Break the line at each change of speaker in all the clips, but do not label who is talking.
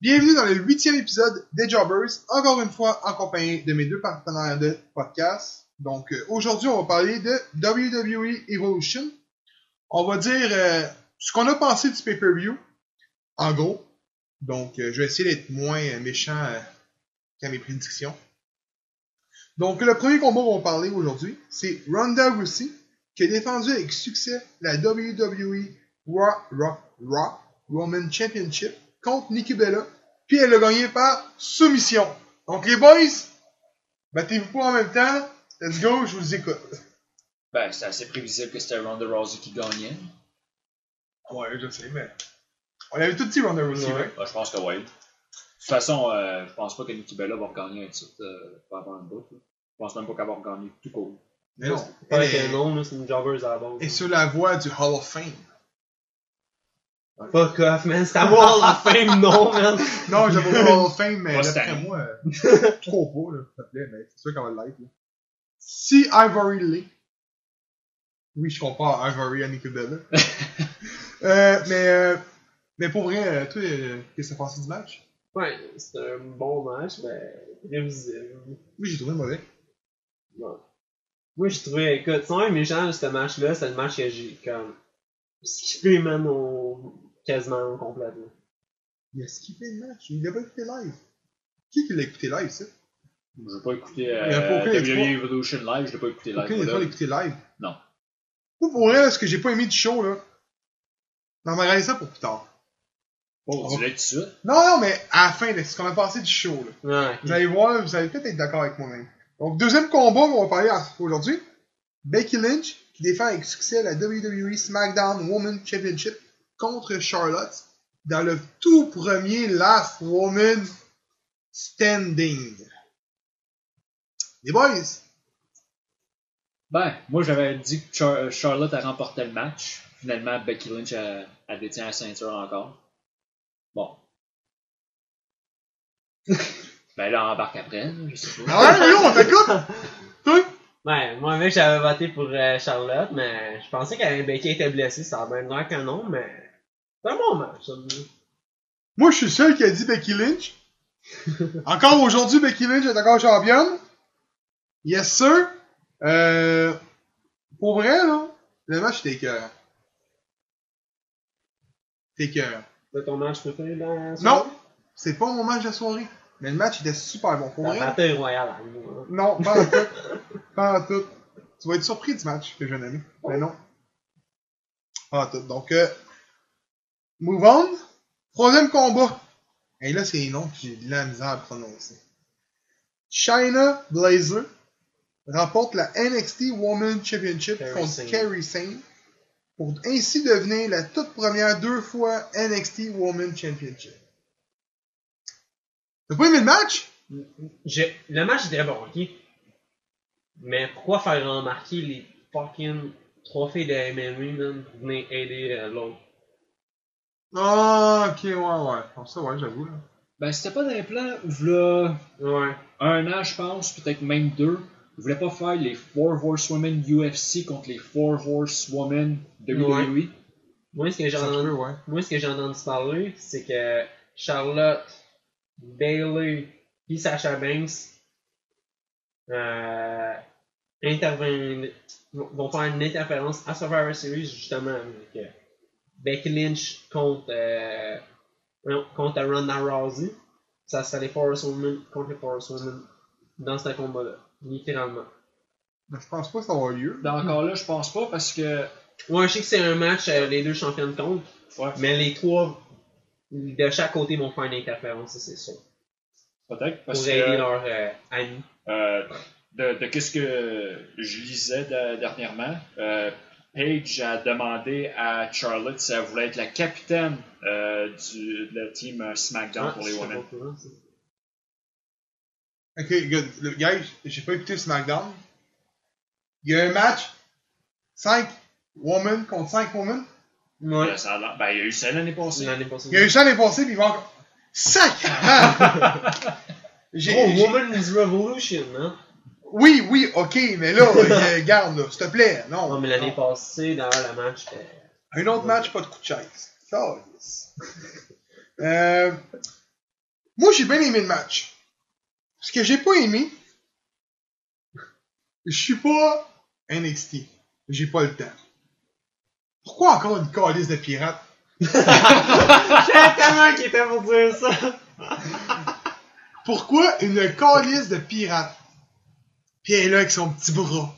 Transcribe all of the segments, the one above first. Bienvenue dans le huitième épisode des Jobbers, encore une fois en compagnie de mes deux partenaires de podcast. Donc euh, aujourd'hui, on va parler de WWE Evolution. On va dire euh, ce qu'on a pensé du pay-per-view, en gros. Donc euh, je vais essayer d'être moins euh, méchant euh, qu'à mes prédictions. Donc le premier combat qu'on va parler aujourd'hui, c'est Ronda Rousey qui a défendu avec succès la WWE Raw, Raw, Raw Roman Championship contre Nikki Bella, puis elle l'a gagné par soumission. Donc les boys, battez-vous pas en même temps. Let's go, je vous écoute.
Ben, c'est assez prévisible que c'était Ronda Rousey qui gagnait.
Ouais, je sais, mais on avait tout dit Ronda Rousey, ouais.
Ben, je pense que oui. De toute façon, euh, je pense pas que Nikki Bella va regagner un titre euh, pas avant un bout. là. Je pense même pas qu'elle va regagner tout court.
Mais non, elle
Pas qu'un
est,
nom, là, c'est une jobbeuse à la base.
est sur la voie du Hall of Fame.
Fuck off, man. C'est à moi la fame, non, man.
Non, j'avais pas le Hall of Fame, mais
Pas cette
d'après
année.
moi, euh, trop beau, là, s'il te plaît, mais c'est sûr qu'on va l'être. là. Si Ivory Lee. Oui, je compare Ivory à Nikki Bella. Euh, mais, euh, mais pour vrai, euh, toi, euh, qu'est-ce que t'as pensé du match?
Ouais, c'est un bon match, mais prévisible.
Oui, j'ai trouvé mauvais.
Ouais. Moi, j'ai trouvé, écoute, c'est un méchant, ce match-là, c'est le match que j'ai, comme, skippé, man, au... quasiment complètement.
Il a skippé le match, il l'a pas écouté live. Qui qui l'a écouté live, ça?
Je l'ai pas écouté
Il y a pas
euh,
aucun
WWE Evolution Live, je l'ai pas écouté live.
Aucune étoile
voilà.
écouté live.
Non.
Moi, pour vrai, là, ce que j'ai pas aimé du show, là, on va regarder ça pour plus tard.
Oh, tu l'as tout de suite.
Non, non, mais à la fin, de ce qu'on a pensé du show, là.
Ouais.
Vous allez voir, vous allez peut-être être d'accord avec moi-même. Donc, deuxième combat qu'on va parler en- aujourd'hui. Becky Lynch, qui défend avec succès la WWE SmackDown Women's Championship contre Charlotte dans le tout premier Last Woman Standing. Les boys,
Ben, moi j'avais dit que Char- euh, Charlotte a remporté le match. Finalement, Becky Lynch elle elle détient la ceinture encore. Bon. ben là, on embarque après, là, je sais pas.
ah ouais, mais on t'écoute! Toi?
Ouais, moi, mec, j'avais voté pour euh, Charlotte, mais je pensais qu'elle Becky était blessée, ça a bien l'air qu'un nom, mais c'est un bon match, ça.
Moi, je suis le seul qui a dit Becky Lynch. Encore aujourd'hui, Becky Lynch est encore championne. Yes, sir. Euh, pour vrai, là, le match était écœurant. C'était écœurant.
C'est ton match préféré ben, dans la
Non, c'est pas mon match de la soirée. Mais le match était super bon. Pour
La
vrai,
bataille royale, à nous, hein.
non, pas en tout. Pas en tout. Tu vas être surpris du match que jeune ami. Mais non. Pas en tout. Donc, euh, move on. Troisième combat. Et là, c'est les noms que j'ai de la misère à prononcer. China Blazer remporte la NXT Women's Championship
Kairi
contre
Sane.
Kerry Sane pour ainsi devenir la toute première deux fois NXT Women's Championship. T'as pas aimé le match?
J'ai- Le match était bon, ok? Mais pourquoi faire remarquer les fucking trophées de MMA, man, pour venir aider euh, l'autre?
Ah, ok, ouais, ouais. Comme ça, ouais, j'avoue. là.
Ben, c'était pas d'un plan, v'là
Ouais.
un an, je pense, peut-être même deux, je voulais pas faire les Four Horsewomen UFC contre les Four Horsewomen E. WWE.
Moi, ce que j'ai
Ça se peut,
entendu,
ouais.
moi, ce que j'ai entendu parler, c'est que Charlotte, Bailey, puis Sasha Banks, euh, interviennent- vont vont faire une interférence à Survivor Series, justement, avec euh, Becky Lynch contre, euh, non, contre Ronda Rousey. Ça serait les Forest Women contre les Forest Women dans ce combat-là, littéralement.
Mais je pense pas que ça va avoir lieu.
Ben, encore là, je pense pas parce que.
Ouais, je sais que c'est un match, euh, les deux championnes contre,
Ouais,
mais les trois de chaque côté vont faire une interférence, ça, c'est sûr.
peut-être
Pour
parce que.
aider leur euh, ami.
euh, de de qu'est-ce que je lisais de- dernièrement, euh, Paige a demandé à Charlotte si elle voulait être la capitaine euh, du, de la team euh, SmackDown
Ah,
pour
je
les
sais
Women.
pas comment, ça.
Ok, good. Le gars, j'ai pas écouté SmackDown. Il y a un match 5 women contre 5 women.
Ouais,
Euh, ça a l'air- ben, il y a eu ça l'année
c'est
passée.
l'année passée.
Il y a eu ça l'année passée, puis il va encore. Sacrement! J'ai-
Oh,
j'ai-
Woman's Revolution, hein?
Oui, oui, ok, mais là, euh, garde, là, s'il te plaît. Non.
Non, mais l'année passée, dans le match, euh,
Un autre match, pas de coup de chaise. Calisse. Euh, Moi, j'ai bien aimé le match. Ce que j'ai pas aimé, je suis pas NXT. J'ai pas le temps. Pourquoi encore une calice de pirates?
J'avais tellement qu'il était pour dire ça.
Pourquoi une calice de pirates? Puis elle est là avec son petit bras.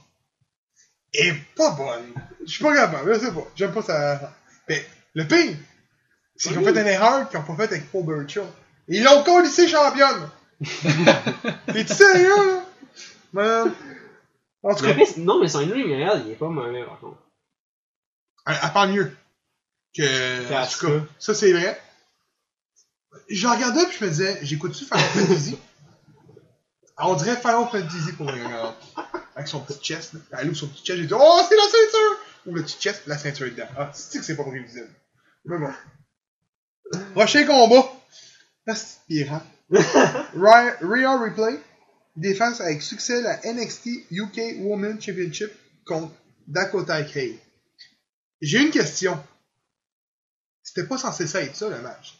Elle est pas bonne. Je suis pas capable, je sais pas. J'aime pas ça. Mais le pire, c'est qu'ils ont
Oui.
fait une erreur qu'ils ont pas faite avec Paul Burchill. Ils l'ont colissé championne! T'es-tu sérieux, là? Man. En tout cas,
Le reste- non, mais son Henry Mirel, il est pas mauvais par contre.
Elle, elle parle mieux que
Qu'à
Asuka. Ça, c'est vrai. Je la regardais puis je me disais, j'écoute-tu Final Fantasy? On dirait Final Fantasy pour les regards. Avec son petit chest. là. Elle ouvre son petit chest. J'ai dit, oh, c'est la ceinture! Ou le petit chest, la ceinture est dedans. Ah, c'est que c'est pas prévisible. Mais bon. Prochain combat. La petite pirate. Rhea Rhea Ripley défense avec succès la NXT UK Women's Championship contre Dakota Kai. J'ai une question. C'était pas censé ça être ça, le match.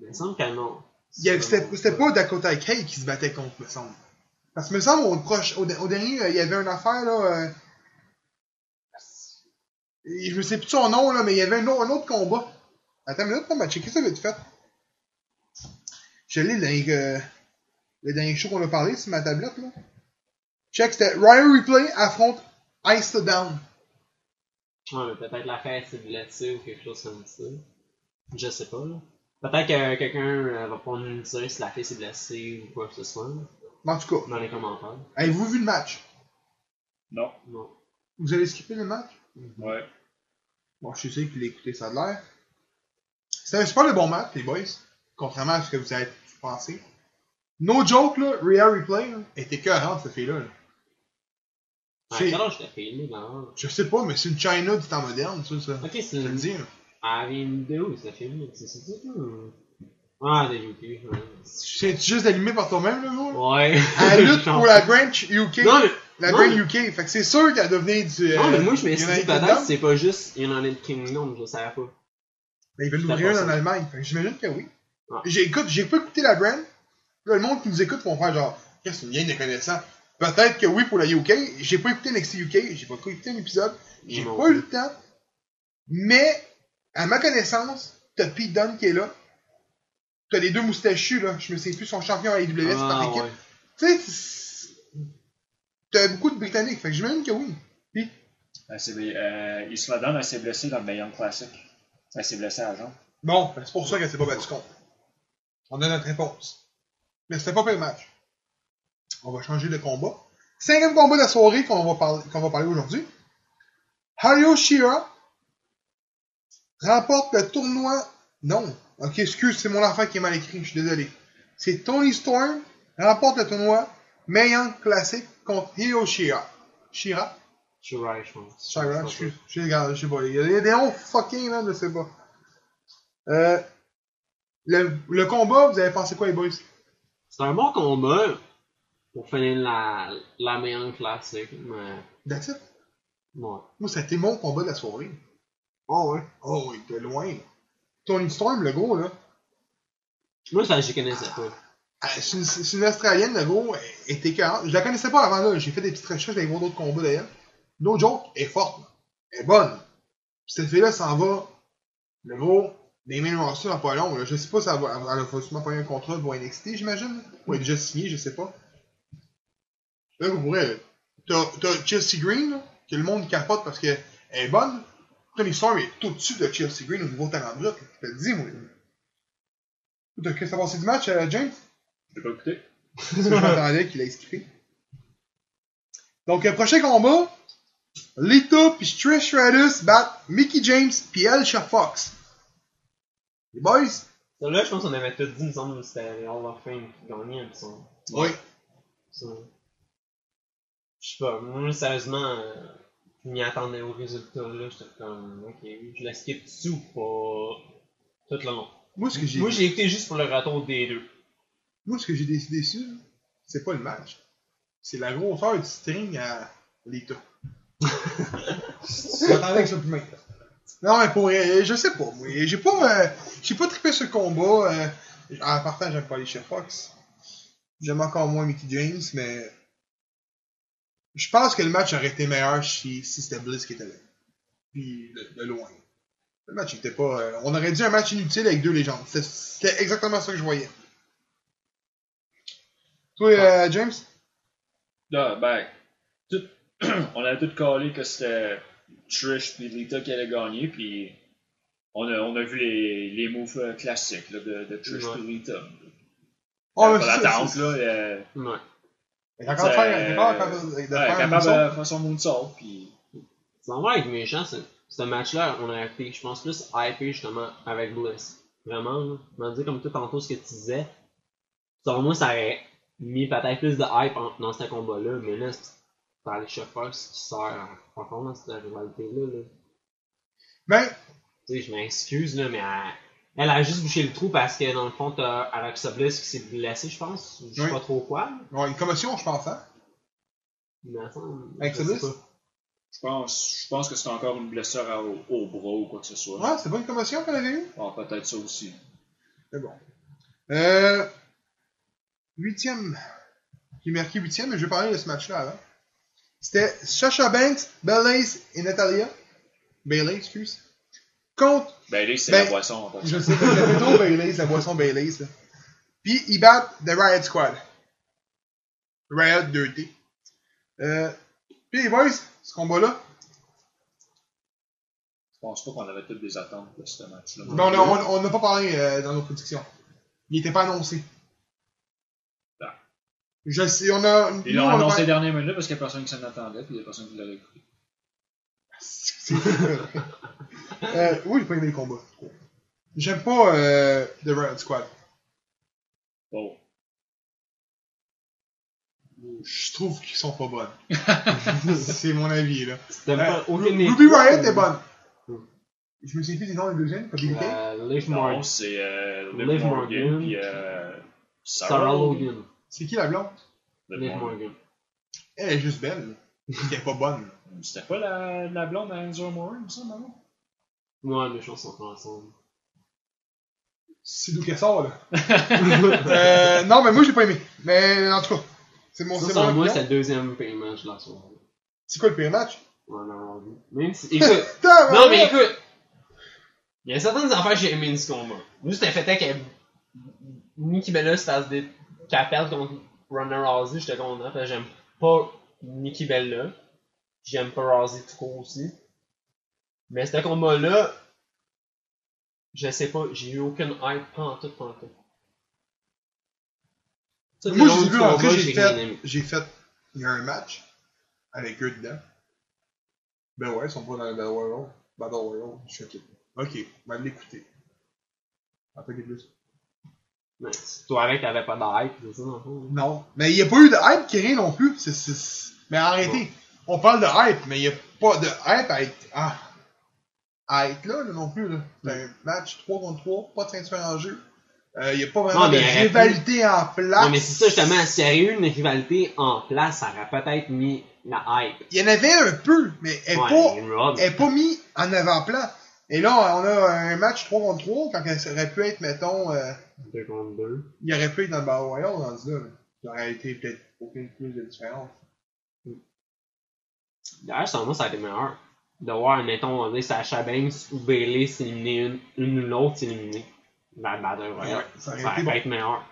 Il me semble qu'elle non.
Il y avait- C'était c'était pas Dakota Kai qui se battait contre, me semble. Parce que me semble, au, proche, au, au dernier, euh, il y avait une affaire, là... euh, Je me sais plus de son nom, là, mais il y avait un, au- un autre combat. Attends une minute, on va checker ça vite fait. Je l'ai dans euh, le dernier show qu'on a parlé sur ma tablette, là. Check, c'était Ryan Replay affronte Ice Down.
Ouais, mais peut-être l'affaire s'est blessée ou quelque chose comme ça. Je sais pas, là. Peut-être que quelqu'un euh, va prendre une série si la fille s'est blessée ou quoi que ce soit, là,
En tout cas,
dans les commentaires.
avez-vous vu le match?
Non.
Non.
Vous avez skippé le match?
Ouais.
Bon, je suis sûr qu'il a écouté ça de l'air. C'était un super le bon match, les boys. Contrairement à ce que vous avez pensé. No joke, là, Rhea Replay était cohérente, cette fille-là. là.
À
C'est-
quel âge t'as filmé, dans
Je sais pas, mais c'est une China du temps moderne, ça, ça.
Ok, c'est
Je te le
une.
dis. là.
Ah, elle vient une vidéo, c'est filmé. C'est c'est ça, ou- Ah, des YouTube. Ouais.
C'est juste allumé par toi-même, là, gros.
Ouais.
Elle lutte pour la branch UK.
Non, mais.
la
non,
branch
mais-
UK. Fait que c'est sûr qu'elle devenait du.
Non,
euh,
mais moi, je me suis dit,
United
peut-être que
Kingdom.
c'est pas juste United Kingdom, je savais pas.
Ben, ils veulent
J'étais
l'ouvrir
pas
en
sûr.
Allemagne. Fait que j'imagine que oui.
Ah.
J'ai, écoute, j'ai pas écouté la brand. Là, le monde qui nous écoute vont faire genre, Chris, c'est une vieille de connaissants. Peut-être que oui pour la UK. J'ai pas écouté NXT UK. J'ai pas écouté un épisode. J'ai
Non
pas eu le temps. Mais, à ma connaissance, t'as Pete Dunne qui est là. T'as les deux moustachus, là. Je me sais plus, son champion à AWS par
Ah,
équipe.
ouais.
Tu sais, c'est- t'as beaucoup de Britanniques. Fait que j'imagine que oui.
Elle s'est bl- euh, Isla Dawn, elle s'est blessée dans le Bayonne Classic. Elle s'est blessée à la jambe.
Bon, ben, c'est pour ça qu'elle s'est pas battue contre. On a notre réponse. Mais c'était pas pire match. On va changer de combat. Cinquième combat de la soirée qu'on va, parler- qu'on va parler aujourd'hui. Hario Shira remporte le tournoi. Non. Ok, excuse, c'est mon enfant qui est mal écrit, je suis désolé. C'est Tony Storm remporte le tournoi Mayan Classic contre Hiro Shira. Shira?
Je suis right, je pense.
Shira, excuse. Je regarde, je sais pas. Il y a des noms fucking, man, je sais pas. Euh, le, le combat, vous avez pensé quoi, les boys?
C'est un bon combat pour finir la, la meilleure classique, mais.
That's it.
Ouais.
Moi, ça a été mon combat de la soirée.
Oh, ouais.
Oh, il était loin. Tony Storm, le gros, là.
Moi, ça, je connaissais pas.
Ah, C'est une, c'est une Australienne, le gros, elle était écœurante. Je la connaissais pas avant, là. J'ai fait des petites recherches, j'allais voir d'autres combats d'elle. No joke, elle est forte, là. Elle est bonne. Puis cette fille-là s'en va, le gros, des mêmes rosters en pas long, là. Je sais pas, ça va, elle a forcément pas eu un contrat pour NXT, j'imagine. Ou elle est déjà signée, je sais pas. Là, vous pourrez, t'as t'as Chelsea Green, là, que le monde capote parce qu'elle est bonne. Tony Storm est au-dessus de Chelsea Green au niveau talent brut, là. Je te le dis, moi. T'as- Qu'est-ce que t'as pensé du match, euh, James?
J'ai pas écouté.
Parce que je m'attendais qu'il ait skippé. Donc, euh, prochain combat. Lita puis Trish Stratus battent Mickey James puis Alicia Fox. Les boys?
Ça, là, je pense qu'on avait tout dit, il me semble, que c'était les Hall of Fame qui gagnait, il me semble.
Oui.
Ça. Je sais pas, moi, sérieusement, euh, je m'y attendais au résultat, là. J'étais comme, ok, je la skip dessus ou pas. Tout le long.
Moi, ce que j'ai
Moi, j'ai écouté juste pour le retour des deux.
moi, ce que j'ai décidé sur, c'est pas le match. C'est la grosseur du string à Lita. Je m'attendais que ça soit plus mince. Non, mais pour euh, je sais pas, moi. J'ai pas, euh, j'ai pas trippé ce combat. Euh, en partant, j'aime pas les Chef Fox. J'aime encore moins Mickey James, mais. Je pense que le match aurait été meilleur si, si c'était Bliss qui était là. Puis, de, de loin. Le match était pas. euh, on aurait dit un match inutile avec deux légendes. C'était- C'était exactement ça que je voyais. Toi, euh, James
Non, ben, tout- on a tout collé que c'était Trish et Lita qui allaient gagner, puis on a, on a vu les, les moves euh, classiques là, de, de Trish
Ouais.
et Lita.
Oh, mais
Ah, Pas
c'est ça,
l'attente,
c'est-
là. euh,
Ouais.
Il est encore
c'est-
faire- il est encore capable de
ouais,
faire un
capable euh,
moonsault.
de faire son moonsault, puis
Ça va avec méchant, ce, ce match-là, on a été, je pense, plus hypé justement avec Bliss. Vraiment, là. m'en dire comme tout tantôt ce que tu disais. Selon moi, ça aurait mis peut-être plus de hype en- dans ce combat-là, mais là, c'est par les chauffeurs ce qui sert à en fond dans cette rivalité-là. Là.
Mais,
Tu sais, je m'excuse, là, mais elle, elle a juste bouché le trou parce que dans le fond, t'as Alexa Bliss qui s'est blessée, je pense. Je sais
Oui.
pas trop quoi.
ouais, une commotion, je pense, hein?
Mais attends.
Alexa
je sais
Bliss?
pas.
je pense, je pense que c'est encore une blessure à- au, au bras ou quoi que ce soit.
Ouais, c'est pas une commotion qu'on avait eue?
Ah, peut-être ça aussi.
Mais bon. Euh, huitième. J'ai marqué huitième, mais je vais parler de ce match-là avant. C'était Sasha Banks, Bailey et Natalia. Bailey, excuse. Contre,
Bailey, c'est
Ben,
la boisson. en fait.
je sais pas, j'avais trop Bailey, la boisson Bailey, ça. Puis ils battent The Riot Squad. Riot 2T. Euh, puis les boys, ce combat-là,
Je pense pas qu'on avait toutes des attentes de ce match-là.
ben, on a- on on n'a pas parlé euh, dans nos prédictions. Il n'était pas annoncé.
Ah.
Je sais, on a.
Ils
nous,
l'ont
on a
annoncé
pas-
les dernières minutes parce qu'il n'y a personne qui s'en attendait, puis il n'y a personne qui l'avait cru.
euh, oui, j'ai pas aimé le combat. J'aime pas euh, The Riot Squad.
Bon.
Je trouve qu'ils sont pas bonnes. c'est mon avis, là.
C'était pas aucune des
Euh, Ruby
trois,
Riot
mais-
est bonne. Je me suis plus des noms des deuxièmes, comme Billie Kay.
Euh, Liv
Non,
Morgan.
c'est euh, Liv,
Liv
Morgan,
Morgan.
puis euh, Sarah,
Sarah
Logan.
Logan.
C'est qui la blonde
Liv
Liv
Morgan.
Morgan.
Elle est juste belle. Elle est pas bonne.
C'était pas la, la blonde à Enzo Morin, ça, maman?
Ouais, mes choses sont pas ensemble.
C'est d'où qu'elle sort, là. Euh, non, mais moi, j'ai pas aimé. Mais en tout cas, c'est mon
Ça,
c'est
sans
mon
moi,
opinion.
c'est le deuxième pire match de la soirée.
C'est quoi le pire match
Ouais, non, non, non. Même si. Écoute,
Putain,
non,
ouais.
mais écoute, il y a certaines affaires que j'ai aimé de ce combat. Juste le fait qu'elle. Nikki Bella, c'est à se dé- qu'elle perde contre Ronda Rousey, j'étais content, parce que j'aime pas Nikki Bella. J'aime pas Rousey tout court aussi. Mais ce combat-là, je sais pas, j'ai eu aucune hype, pas en tout, pas en tout. Ça,
Moi,
le long
j'ai
du
vu
combat,
rentrer,
j'ai
j'ai
rien
fait,
aimé.
j'ai fait, il y a un match avec eux dedans. Ben ouais, ils sont pas dans le Battle Royale. Battle Royale, je suis choqué. Ok, on va l'écouter. Un peu plus.
Mais c'est toi avec, t'avais pas de hype, c'est ça, dans le fond. hein?
Non, mais il n'y a pas eu de hype qui rien non plus. C'est- c'est- Mais arrêtez, on parle de hype, mais il n'y a pas de hype à être, ah, à être là, là, non plus. là. C'est un match 3 contre 3, pas de ceinture en jeu. Euh, Il n'y a pas vraiment
Non, mais
de
il aurait
rivalité en place.
Non, mais c'est ça justement, s'il y avait eu une rivalité en place, ça aurait peut-être mis la hype.
Il y en avait un peu, mais elle n'est
Ouais,
pas
une robe.
est pas mis en avant-plan. Et là, on a un match 3 contre 3 quand ça aurait pu être, mettons, euh,
Deux contre deux.
il aurait pu être dans le Battle Royale dans ce là Ça aurait été peut-être aucune plus de différence.
D'ailleurs, selon moi, ça aurait été meilleur. De voir, mettons, on va dire Sacha Banks ou Bailey s'éliminer une, une ou l'autre s'éliminer. Ben, La Battle Royale.
Ouais, ça
ça
aurait
aurait,
été bon.
être meilleur.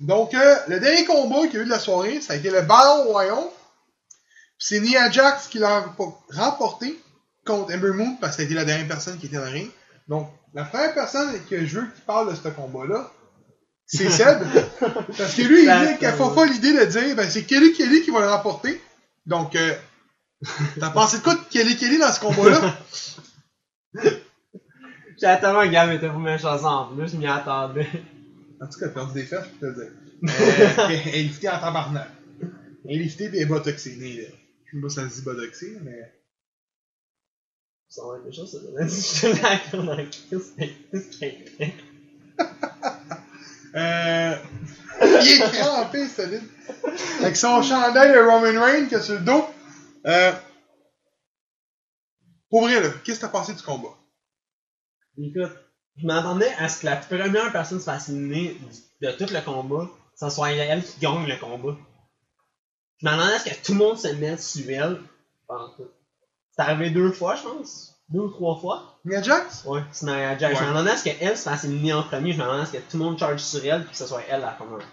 Donc, euh, le dernier combat qu'il y a eu de la soirée, ça a été le Battle Royale. Puis c'est Nia Jax qui l'a rempo- remporté contre Ember Moon parce que c'était la dernière personne qui était dans le ring. Donc, la première personne que je veux qui parle de ce combat-là, c'est Seb. parce que lui, il
Ça,
dit
c'est
qu'elle faut
vrai.
pas l'idée de dire, ben, c'est Kelly Kelly qui va le remporter. Donc, euh, t'as pensé de quoi de Kelly Kelly dans ce combat-là?
J'avais tellement gavé pour mes choses en plus, je m'y attendais.
En tout cas, elle a perdu des fesses, je peux te le dire. Euh, elle est liftée en tabarnak. Elle est liftée et elle est botoxinée. Là. Je sais pas si ça se dit botoxée, mais.
Ça va être méchant, ça donne. J'étais là quand on a Chris, mais qu'est-ce qu'elle fait?
Euh... Il est crampé, solide. Avec son chandail de Roman Reigns qui a sur le dos. Euh... Pour vrai, là, qu'est-ce que t'as pensé du combat
Écoute, je m'attendais à ce que la première personne se fasse éliminer du- de tout le combat, ça soit elle qui gagne le combat. Je m'attendais à ce que tout le monde se mette sur elle. Pas en tout. C'est arrivé deux fois, je pense. Deux ou trois fois.
Nia Jax?
Ouais, c'est Nia Jax. Je
Ouais.
m'attendais à ce qu'elle se fasse éliminer en premier. Je m'attendais à ce que tout le monde charge sur elle puis que ce soit elle la première.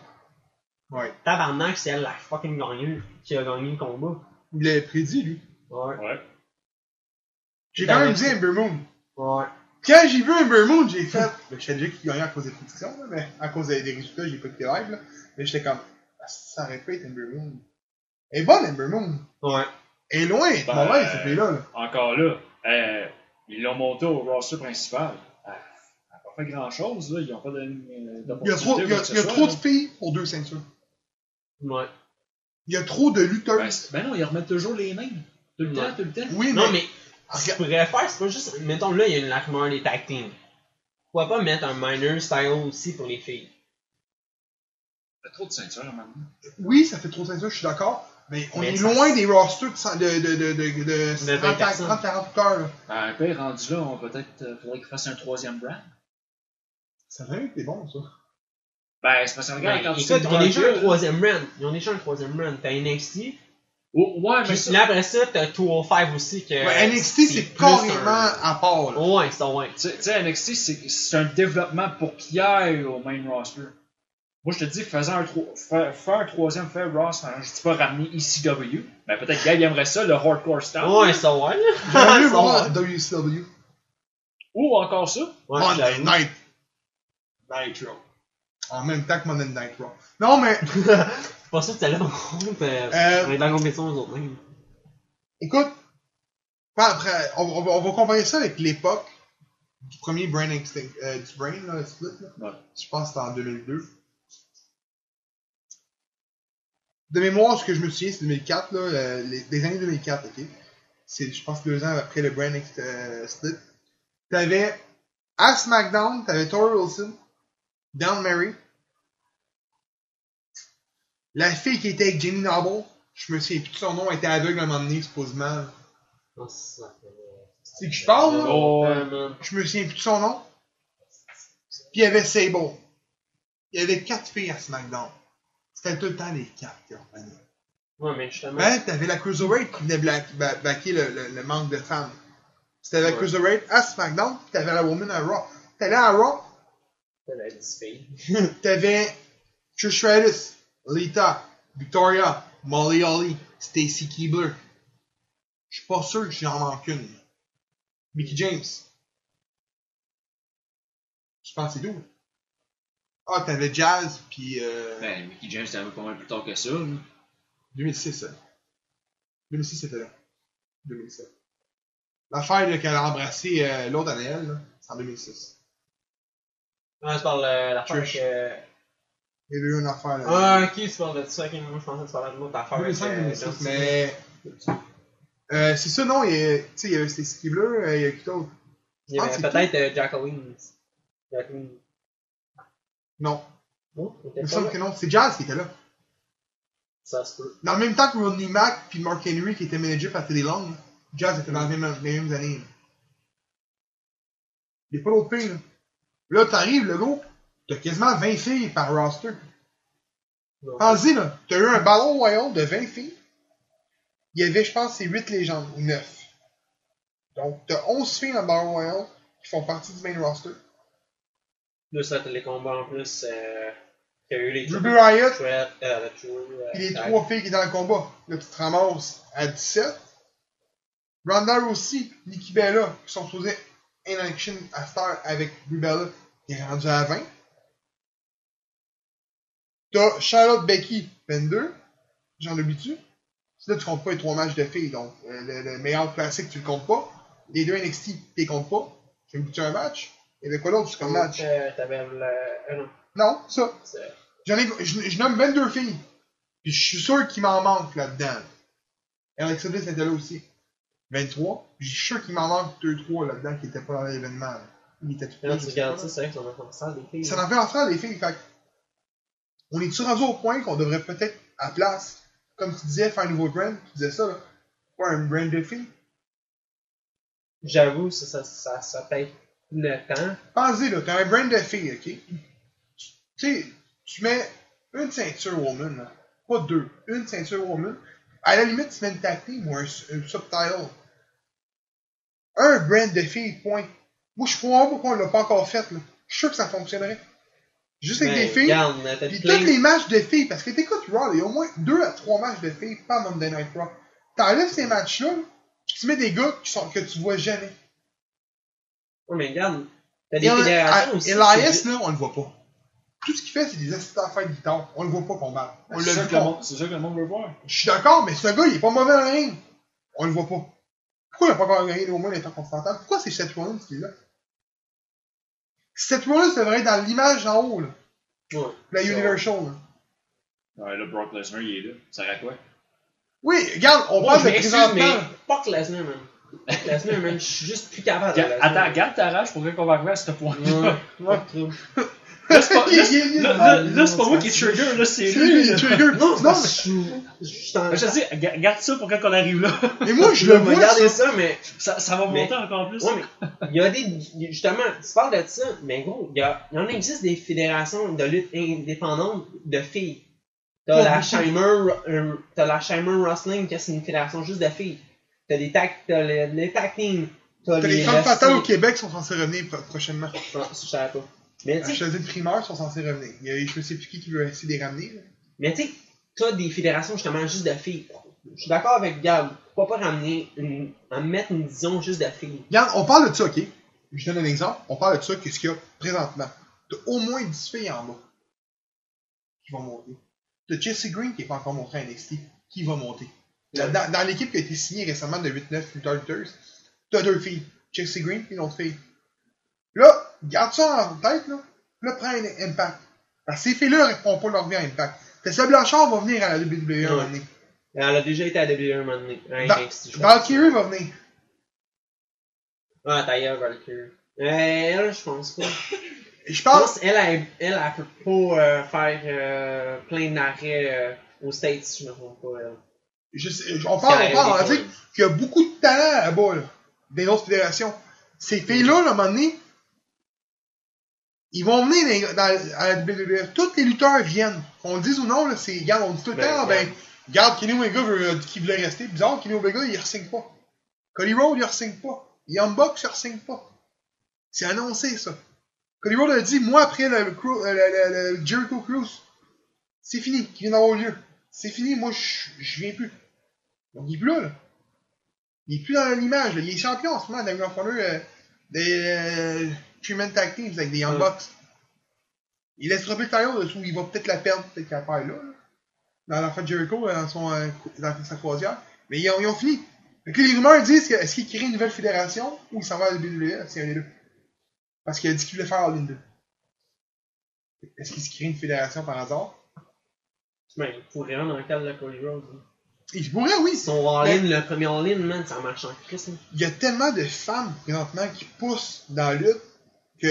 Ouais.
Tabarnak, c'est elle la fucking gagnée qui a gagné le combat.
Il l'avait prédit, lui.
Ouais.
Ouais.
J'ai
Ben,
quand même
ben,
dit Ember Moon.
Ouais.
Quand j'ai vu Ember Moon, j'ai fait. Ben, je savais déjà qu'il gagnait à cause des prédictions, là, mais à cause des des résultats, j'ai pas été live, là. Mais j'étais comme. Ah, Ça aurait pu être Ember Moon. Elle est bonne, Ember Moon.
Ouais.
Elle est loin,
Ben,
ben, ouais, cette fille-là, là.
Encore là, euh, ils l'ont monté au roster principal. Elle n'a pas fait grand-chose, là. Ils n'ont pas donné euh,
Il y a trop,
d'opportunité.
il y a,
ou quoi que ce
il y a
soit,
trop
là.
de filles pour deux ceintures.
Ouais.
Il y a trop de lutteurs.
Ben, c'est- ben non, ils remettent toujours les mêmes. Tout le
Ouais.
temps, tout le temps.
oui, mais.
Non, mais
Ah,
ce
regarde.
qu'ils pourraient faire, c'est pas juste. Mettons, là, il y a une la rumeur des tag teams. Pourquoi pas mettre un minor style aussi pour les filles
Il y a trop de ceintures, maintenant.
Oui, ça fait trop de ceintures, je suis d'accord. Mais on
Mais
est
ça-
loin des rosters de, cent- de, de, de, de, de,
De
30
personnes.
30-40 lutteurs, là.
Ben, après, rendu là, on peut-être euh, faudrait qu'ils fassent un troisième brand.
Ça aurait été bon, ça.
Ben, c'est parce que regarde,
Ben,
quand tu
Écoute, on est déjà un
trois.
troisième round. Ils ont déjà un troisième round. T'as NXT.
Ouais, mais
Puis
ça.
là, après ça, t'as 205 aussi. Que
Ouais, NXT, c'est
plus
carrément
un-
à part, là.
Ouais, ça, ouais.
Tu sais- tu sais, NXT, c'est- c'est un développement pour qu'il aille au main roster. Moi, je te dis, faisant un tro- faire, faire un troisième, faire Ross, hein, je dis pas ramener ECW, mais peut-être Gab il aimerait ça, le hardcore style.
Ouais, ça, ouais.
J'aimerais mieux
Ça, ouais.
voir WCW.
Ou encore ça.
Ouais,
Monday
j'avoue.
Night Nitro. En même temps que Monday Night Raw. Non, mais
C'est pas ça que t'allais en compte. euh,
Euh,
On est dans la compétition, nous autres. hein.
écoute, pas après, on, on va- on va comparer ça avec l'époque du premier Brain Extinct, euh, du Brain là, Split. Là.
Ouais.
Je pense que c'était en 2002. De mémoire, ce que je me souviens, c'est 2004, là, euh, les, des années 2004, ok? C'est, je pense, deux ans après le Brain Ex- euh, Split. T'avais, à SmackDown, t'avais Tori Wilson, Down Mary, la fille qui était avec Jamie Noble, je me souviens plus de son nom, elle était aveugle à un moment donné, supposément.
Ah, ça, euh,
C'est que je parle, là?
Oh,
euh, man.
Je me souviens plus de son nom. Puis il y avait Sable. Il y avait quatre filles à SmackDown. C'était tout le temps les quatre qui revenaient.
Ouais, mais justement.
Ben, t'avais la Cruiserweight qui venait bla- ba- baquer le, le- le manque de femmes. C'était la
Ouais.
Cruiserweight à SmackDown, puis t'avais la Woman à Raw. T'allais à Raw,
T'as la dix filles.
t'avais Trish Stratus, Lita, Victoria, Molly Holly, Stacy Keebler. Je suis pas sûr que j'en manque une. Mickey James. Je pense que c'est tout. Ah, t'avais Jazz, puis euh,
Ben, Mickey James, t'avais pas mal plus tard que ça. hein.
2006. hein. 2006, c'était là. 2007. L'affaire là, qu'elle a embrassé euh, l'autre Anaël, là, c'est en 2006.
Ah, tu parles euh, la
Trish.
part que-
Il y avait eu une affaire euh, là.
Ah, ok, tu parles de ça. Ok, moi, je pensais que tu parlais de l'autre affaire.
2005,
avec, euh,
2006,
John Cena.
mais. Euh, c'est ça, non, il y a, tu sais, il y avait Stacy Keebler, euh, il y a qui d'autre
Il y
Ah, c'est
avait peut-être euh, Jacqueline. Jacqueline.
Non,
Oh, elle était
il me
pas
semble
là.
que non, c'est Jazz qui était là.
Ça se peut.
Dans le même temps que Rodney Mack puis Mark Henry qui était manager par Teddy Long, Jazz était dans les mêmes, les mêmes années. là. Il n'y a pas d'autre pays, là. Là, t'arrives, le groupe, t'as quasiment 20 filles par roster.
Non.
Pensez, là, t'as eu un ballon royal de 20 filles. Il y avait, je pense, c'est 8 légendes, ou 9. Donc, t'as 11 filles dans le ballon royal qui font partie du main roster.
Plus là, t'as les combats en plus. Euh, qu'il y a eu les.
Ruby Riot,
Threat, euh, la True, euh,
Puis les
Tag.
trois filles qui sont dans le combat. Là, tu te ramasses à 17. Ronda aussi, Nikki Bella, qui sont supposées in action à cette heure avec Rubella, qui est rendu à 20. T'as Charlotte Becky, 22. J'en oublie-tu? Si là, tu comptes pas les trois matchs de filles, donc euh, le, le meilleur classique, tu le comptes pas. Les deux NXT, tu les comptes pas. J'ai oublié un match. Et de quoi d'autre, tu comme match?
Euh, T'avais le. Ah non,
Non, ça.
c'est.
J'en ai, je, je nomme 22 filles. Puis je suis sûr qu'il m'en manque là-dedans. Alexa Bliss était là aussi. 23. Puis je suis sûr qu'il m'en manque 2-3 là-dedans qui n'étaient pas dans l'événement. là. Il était tout
Quand tu regardes ça,
ça.
c'est vrai que ça m'a fait ça, des filles.
Ça en fait en faire les filles. Fait que on est-tu rendu au point qu'on devrait peut-être, à place, comme tu disais, faire un nouveau brand Tu disais ça, là. Pas un brand de filles.
J'avoue, ça, ça, ça, ça peut être le temps.
Pensez, là, t'as un brand de fille, ok? Tu sais, tu mets une ceinture woman, là. pas deux, une ceinture woman. À la limite, tu mets une tag team ou un, su- un subtitle. Un brand de fille, point. Moi, je comprends pas pourquoi on l'a pas encore fait, là. Je suis sûr que ça fonctionnerait. Juste avec
Ben,
des filles.
Regarde, on a fait
Puis
plein-
tous les matchs de filles, parce que t'écoutes Raw, il y a au moins deux à trois matchs de filles par Monday Night Raw. T'enlèves ces matchs-là, puis tu mets des gars qui sont, que tu vois jamais.
Ouais, mais regarde, t'as
Et
des
on-
fédérations
à-
aussi.
Elias,
c'est-
là, on le voit pas. Tout ce qu'il fait, c'est des assistants à faire de guitare. On le voit pas combattre. On
Ben, C'est
le
ça
vu
que le
pas.
monde- c'est ça que le monde veut voir.
Je suis d'accord, mais ce gars, il est pas mauvais dans le ring. On le voit pas. Pourquoi il a pas encore gagné au moins l'intercontinental? Pourquoi c'est Seth Rollins qui est là? Seth Rollins devrait être dans l'image en haut, là.
Ouais.
La Universal, là.
Ouais, là, Brock Lesnar, il est là. Ça sert à quoi?
Oui, regarde, on
Ouais,
parle
je
de
m'excuse,
présentement.
mais fuck Lesnar, man. Fuck Lesnar, man, je suis juste plus capable de Lesnar.
Attends, garde ta rage pour qu'on va arriver à ce point-là.
Ouais, pas de trouble.
Là, c'est pas,
Il- Ah,
là,
il- il-
là- là- là, c'est pas moi qui trigger, là, c'est
C'est
lui.
lui,
là. Ben,
le trigger.
Non,
Non, mais,
c'est parce que je suis- je suis en-
Je te dis, ga- garde ça pour quand on arrive là.
mais moi, je le vois.
Regardez
ça.
ça, mais.
Ça, ça va
Mais-
monter encore plus.
Ouais, mais. Il y a des. Justement, tu parles de ça, mais gros, il y, a, il y en existe des fédérations de lutte indépendante de filles.
Pas
T'as la
beaucoup.
Shimer, euh, t'as la Shimer Wrestling, que c'est une fédération juste de filles. T'as les tag, t'as les, les tag teams. T'as
T'as les femmes
wrestling-
fatales au Québec sont censées revenir pro- prochainement.
Ah, Je savais pas. Mais tu
Je
sais,
faisais Ah, de primeur, sont censés revenir. Il y a, je sais plus qui qui veut essayer de les ramener. là.
Mais tu sais, t'as des fédérations justement juste de filles. Je suis d'accord avec Gab. Pourquoi pas ramener une. en mettre une vision juste de filles?
Regarde, on parle de ça, ok? Je donne un exemple. On parle de ça, qu'est-ce qu'il y a présentement. T'as au moins 10 filles en bas qui vont monter. T'as Jesse Green qui est pas encore monté à NXT, qui va monter. Là,
Ouais.
Dans, dans l'équipe qui a été signée récemment de 8-9 lutteurs lutteuses, t'as deux filles. Jesse Green puis une autre fille. Là, garde ça en tête, là. Là, prends un Impact. Parce que ces filles-là répondent pas leur vie à Impact. Tessa Blanchard va venir à la WWE un
Ouais.
moment donné.
Elle a déjà été à WWE un moment donné. Hein,
Val-
NXT, je pense.
Valkyrie va venir.
Ah, d'ailleurs, Valkyrie. Euh, elle, je pense pas. Je
Je pense
pense qu'elle, elle, elle, elle peut pas euh, faire euh, plein d'arrêts euh, aux States, si je me trompe pas. elle.
Je sais- on
Parce
parle,
qu'elle
on
a
parle, on va
des
dire qu'il y a beaucoup de talent là-bas, là, des autres fédérations. Ces filles-là, là, à un moment donné, ils vont venir dans, dans- à la WWE. Tous les lutteurs viennent. Qu'on le dise ou non, là, c'est, regarde, on dit tout le
Ben,
temps, ah, ben,
ouais.
regarde, Kenny Omega veut, euh, qui voulait rester. Bizarre, Kenny Omega, il ne re-signe pas. Cody Rhodes, il ne re-signe pas. Young Bucks, il ne re-signe pas. C'est annoncé, ça. Cody Rhodes a dit, moi, après le, cru- euh, le- le- le Jericho Cruise, c'est fini, qui vient d'avoir lieu. C'est fini, moi, je je viens plus. Donc, il est plus là, là. Il est plus dans l'image, là. Il est champion en ce moment, Daniel Fowler, euh, des euh, Treatment Tag Teams avec des Young
Ouais.
Bucks. Il laisse tomber le tailleur dessous, il va peut-être la perdre, peut-être qu'elle perd là, là. Dans la fin de Jericho, dans, son, euh, cou- dans sa croisière. Mais ils ont, ils ont fini. Fait que là, les rumeurs disent que, est-ce qu'il crée une nouvelle fédération ou il s'en va à E, la WWE, c'est un des deux. Parce qu'il a dit qu'il voulait faire all in deux. Est-ce qu'il se crée une fédération par hasard?
Ben, il pourrait rendre dans le cadre de la Cody Rhodes. hein.
Il pourrait, oui,
Son all-in, le premier all-in, man, ça marche en Christ. hein.
il y a tellement de femmes présentement qui poussent dans la lutte que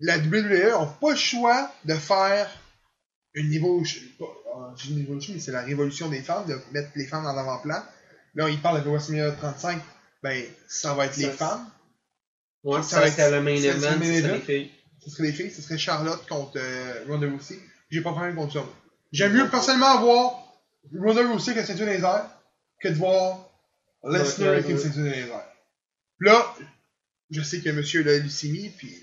la WWE n'a pas le choix de faire une évolution, pas- euh, je dis une évolution, mais c'est la révolution des femmes, de mettre les femmes en avant-plan. Là, ils parlent de WrestleMania 35, ben, ça va être les
Ça,
femmes.
Ouais,
Ça va
ça,
être-
c'est le main
ça, c'est le
event,
main
c'est
event.
les filles.
Ce serait les filles, ce serait Charlotte contre euh, Ronda Rousey. J'ai pas problème contre ça. moi. J'aime
Ouais.
mieux personnellement voir Ronda Rousey avec la ceinture dans les airs que de voir Lesnar
Ouais,
avec une
ouais.
ceinture dans les airs. Là, je sais que monsieur a la leucémie, puis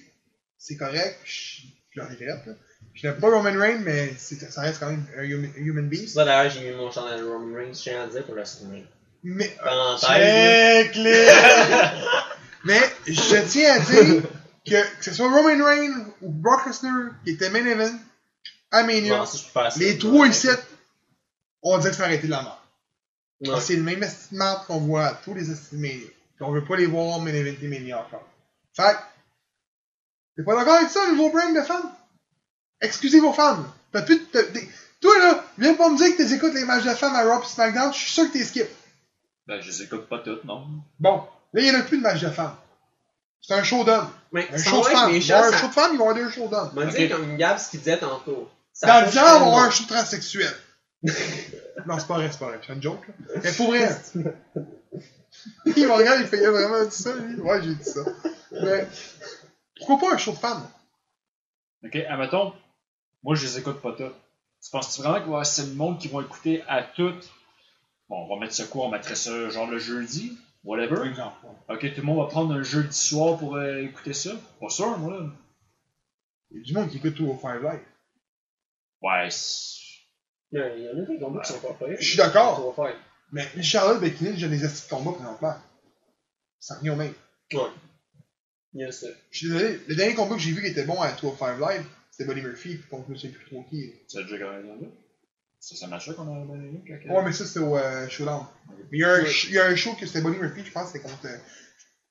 c'est correct, je, je le regrette. là. Je n'aime pas Roman Reigns, mais c'est- ça reste quand même un human, un human
C'est
beast.
ça, d'ailleurs, j'ai mis mon chandail de Roman Reigns, je tiens à le dire, pour WrestleMania.
Mais,
Parenthèse.
Check les- Mais je tiens à dire que, que ce soit Roman Reigns ou Brock Lesnar qui était main event à Mania,
là. Bon, ça, je peux faire ça.
les trois ici, on dirait que c'est arrêté de la mort.
Ouais.
Parce que C'est le même estimate qu'on voit à tous les estimés. On veut pas les voir main event et Mania encore. Fait que, t'es pas d'accord avec ça, le nouveau brand de fans? Excusez vos femmes. T'as plus de- t'as- t'es- Toi là, viens pas me dire que t'écoutes les matchs de femmes à Raw et SmackDown, je suis sûr que t'es skip.
Ben, je les écoute pas toutes, non.
Bon, là, il n'y en a plus de match de femmes. C'est un show d'hommes.
Mais
Un
ça
show de
va être
femmes. Il va y
méchant,
avoir un
ça-
show de femmes, il va y avoir deux shows d'hommes.
On va
Ok.
dire comme Gab ce qu'il disait tantôt. Ça
Dans le
touche
genre, on va
tout
avoir un
monde.
show transsexuel. non, c'est pas vrai, c'est pas vrai. C'est une joke. Là. Mais pour vrai, il me regarde, il fait, il a vraiment dit ça, lui. Ouais, j'ai dit ça. Mais, pourquoi pas un show de femmes?
Ok, admettons, moi je les écoute pas toutes. Tu penses-tu vraiment que ouais, c'est le monde qui va écouter à toutes Bon, on va mettre ce quoi On mettrait ça genre le jeudi
Par
Whatever.
exemple. ouais.
Ok, tout le monde va prendre un jeudi soir pour euh, écouter ça Pas sûr, moi là.
Il y a du monde qui écoute tout au Five Live.
Ouais, c'est-
Ouais, Il y en a des combats qui sont pas faits.
Je suis d'accord,
On va faire.
mais Charlotte Becklin, j'ai des astuces de combat présentement. Ça revient au même.
Il y a ça.
Je suis désolé, le dernier combat que j'ai vu qui était bon à 205 Live, c'était Buddy Murphy contre je sais plus trop qui.
c'est déjà quand même là. C'est ce match-là qu'on a donné. ok.
Ouais, mais ça c'était au euh, Showdown. Mais il y, a un, sh- il y a un show que c'était Buddy Murphy, je pense que c'était contre. euh,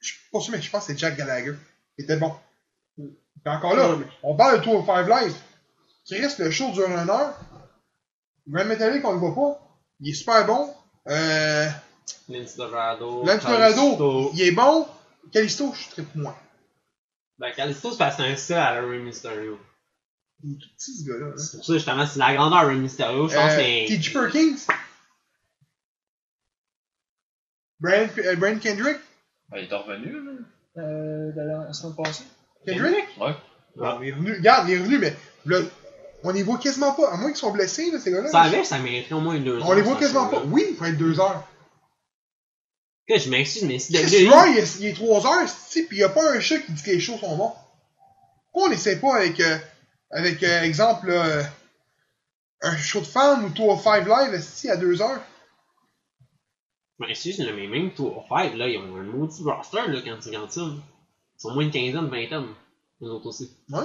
je suis pas sûr, mais je pense que c'est Jack Gallagher. Il était bon.
Mm.
Mais encore là,
Ouais, mais-
on parle de 205 Live. Qui reste le show dure une heure. Grand Metallic, on le voit pas. Il est super bon. Euh,
Lince Dorado.
Lance Dorado,
Callisto.
il est bon. Calisto, je tripe moins.
Ben, Calisto, c'est parce que c'est un seul à Rey Mysterio.
Il est tout petit ce gars-là. hein.
C'est pour ça, justement, c'est la grandeur Rey Mysterio. Je pense
Euh,
que
T.J.
c'est.
Perkins. Brian, euh, Brian Kendrick.
Ben, il est revenu là, euh, de la la semaine passée.
Kendrick?
Ouais.
Bon, il Ah. est revenu. Regarde, il est revenu, mais là, on les voit quasiment pas. À moins qu'ils soient blessés, là, ces gars-là.
Ça avait, ça mériterait au moins deux
on les
heures,
voit
ce
quasiment
show-là.
pas. Oui, il faut être deux heures.
Que je m'excuse, mais si
Chris
WWE.
Roy, il est, il est trois heures, si, pis il a pas un chat qui dit que les shows sont bons. Pourquoi on n'essaie pas avec, euh, avec euh, exemple, là, euh, un show de femme ou toi Five Live, si, à deux heures?
Je m'excuse, là, mais même toi, Five, là, ils ont un maudit roster, là, quand tu regardes ça. Ils sont moins une quinzaine, vingtaine. Les autres aussi.
Ouais.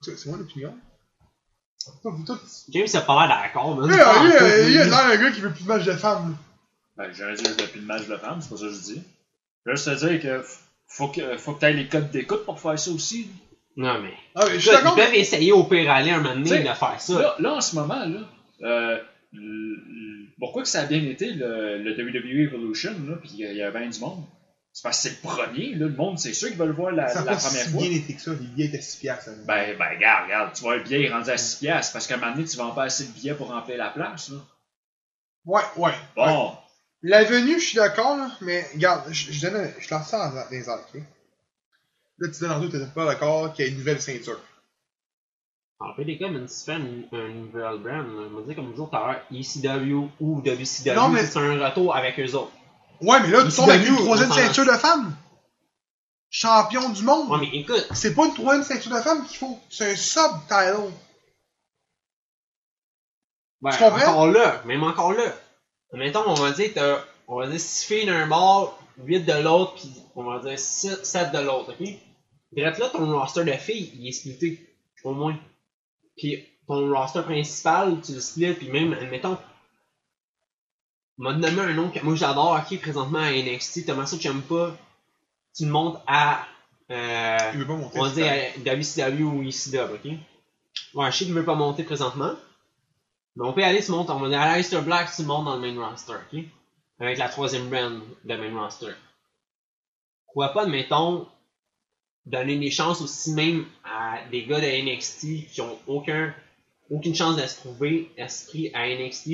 C'est c'est mon opinion. Toi, toi, tu-
James, il a pas l'air d'accord, man.
Lui, euh, lui, euh, lui, il a l'air d'un gars qui veut plus de matchs de femmes.
Ben, j'aurais dit depuis le match de femme, c'est pas ça que je dis. Je veux juste te dire que f- faut que, faut que t'aies les codes d'écoute pour faire ça aussi.
Non, mais.
Ah, mais je suis
Écoute,
d'accord.
Ils peuvent essayer au pire aller un moment donné
T'sais,
de faire ça.
Là, là, en ce moment, là, euh, le- le- pourquoi que ça a bien été le, le WWE Evolution, là, pis il y a- il y a bien du monde? C'est parce que c'est le premier, là, le monde, c'est sûr qu'il va le voir la,
Ça
euh, la
n'a pas
première
si
fois.
bien été que ça. Les billets étaient 6 piastres. là.
Ben, ben, regarde, regarde, tu vois, le billet est rendu à 6 piastres, parce qu'à un moment donné, tu vends pas assez de billets pour remplir la place, là.
Ouais, ouais. ouais.
Bon,
La venue, je suis d'accord, là, mais regarde, je, je, donne un- je lance ça dans les airs, ok? Là, tu donnes en doute, t'es pas d'accord qu'il y a une nouvelle ceinture.
En fait, les gars, même si tu fais une, une nouvelle brand, là, on va dire comme nous autres, à l'heure, ECW ou WCW,
Non, mais-
c'est un retour avec eux autres.
Ouais, mais là, tu
Ici,
tombes avec
Daniel,
une troisième
on s'en
ceinture de femmes. Champion du monde.
Ouais, mais écoute,
C'est pas une troisième ceinture de femmes qu'il faut. C'est un subtitle.
ben,
Tu comprends?
encore là, même encore là. Mettons, on va dire, t'as, on va dire 6 filles d'un bord, 8 de l'autre, puis on va dire 7 de l'autre, ok? Bref, là, ton roster de filles, il est splitté, au moins. Puis ton roster principal, tu le splits, puis même, admettons, m'a nommé un nom que moi j'adore, ok, présentement à NXT, Tommaso Ciampa, tu le montes à. euh,
Il veut pas monter.
On va
c'est
dire
pas-
euh, WCW ou ECW, ok? Ouais, je sais qu'il veut pas monter présentement. Mais on peut y aller, tu montes, on va dire Aleister Black, tu montes dans le main roster, ok? Avec la troisième brand de main roster. Pourquoi pas, admettons, donner des chances aussi même à des gars de NXT qui ont aucun, aucune chance de se trouver esprit à NXT.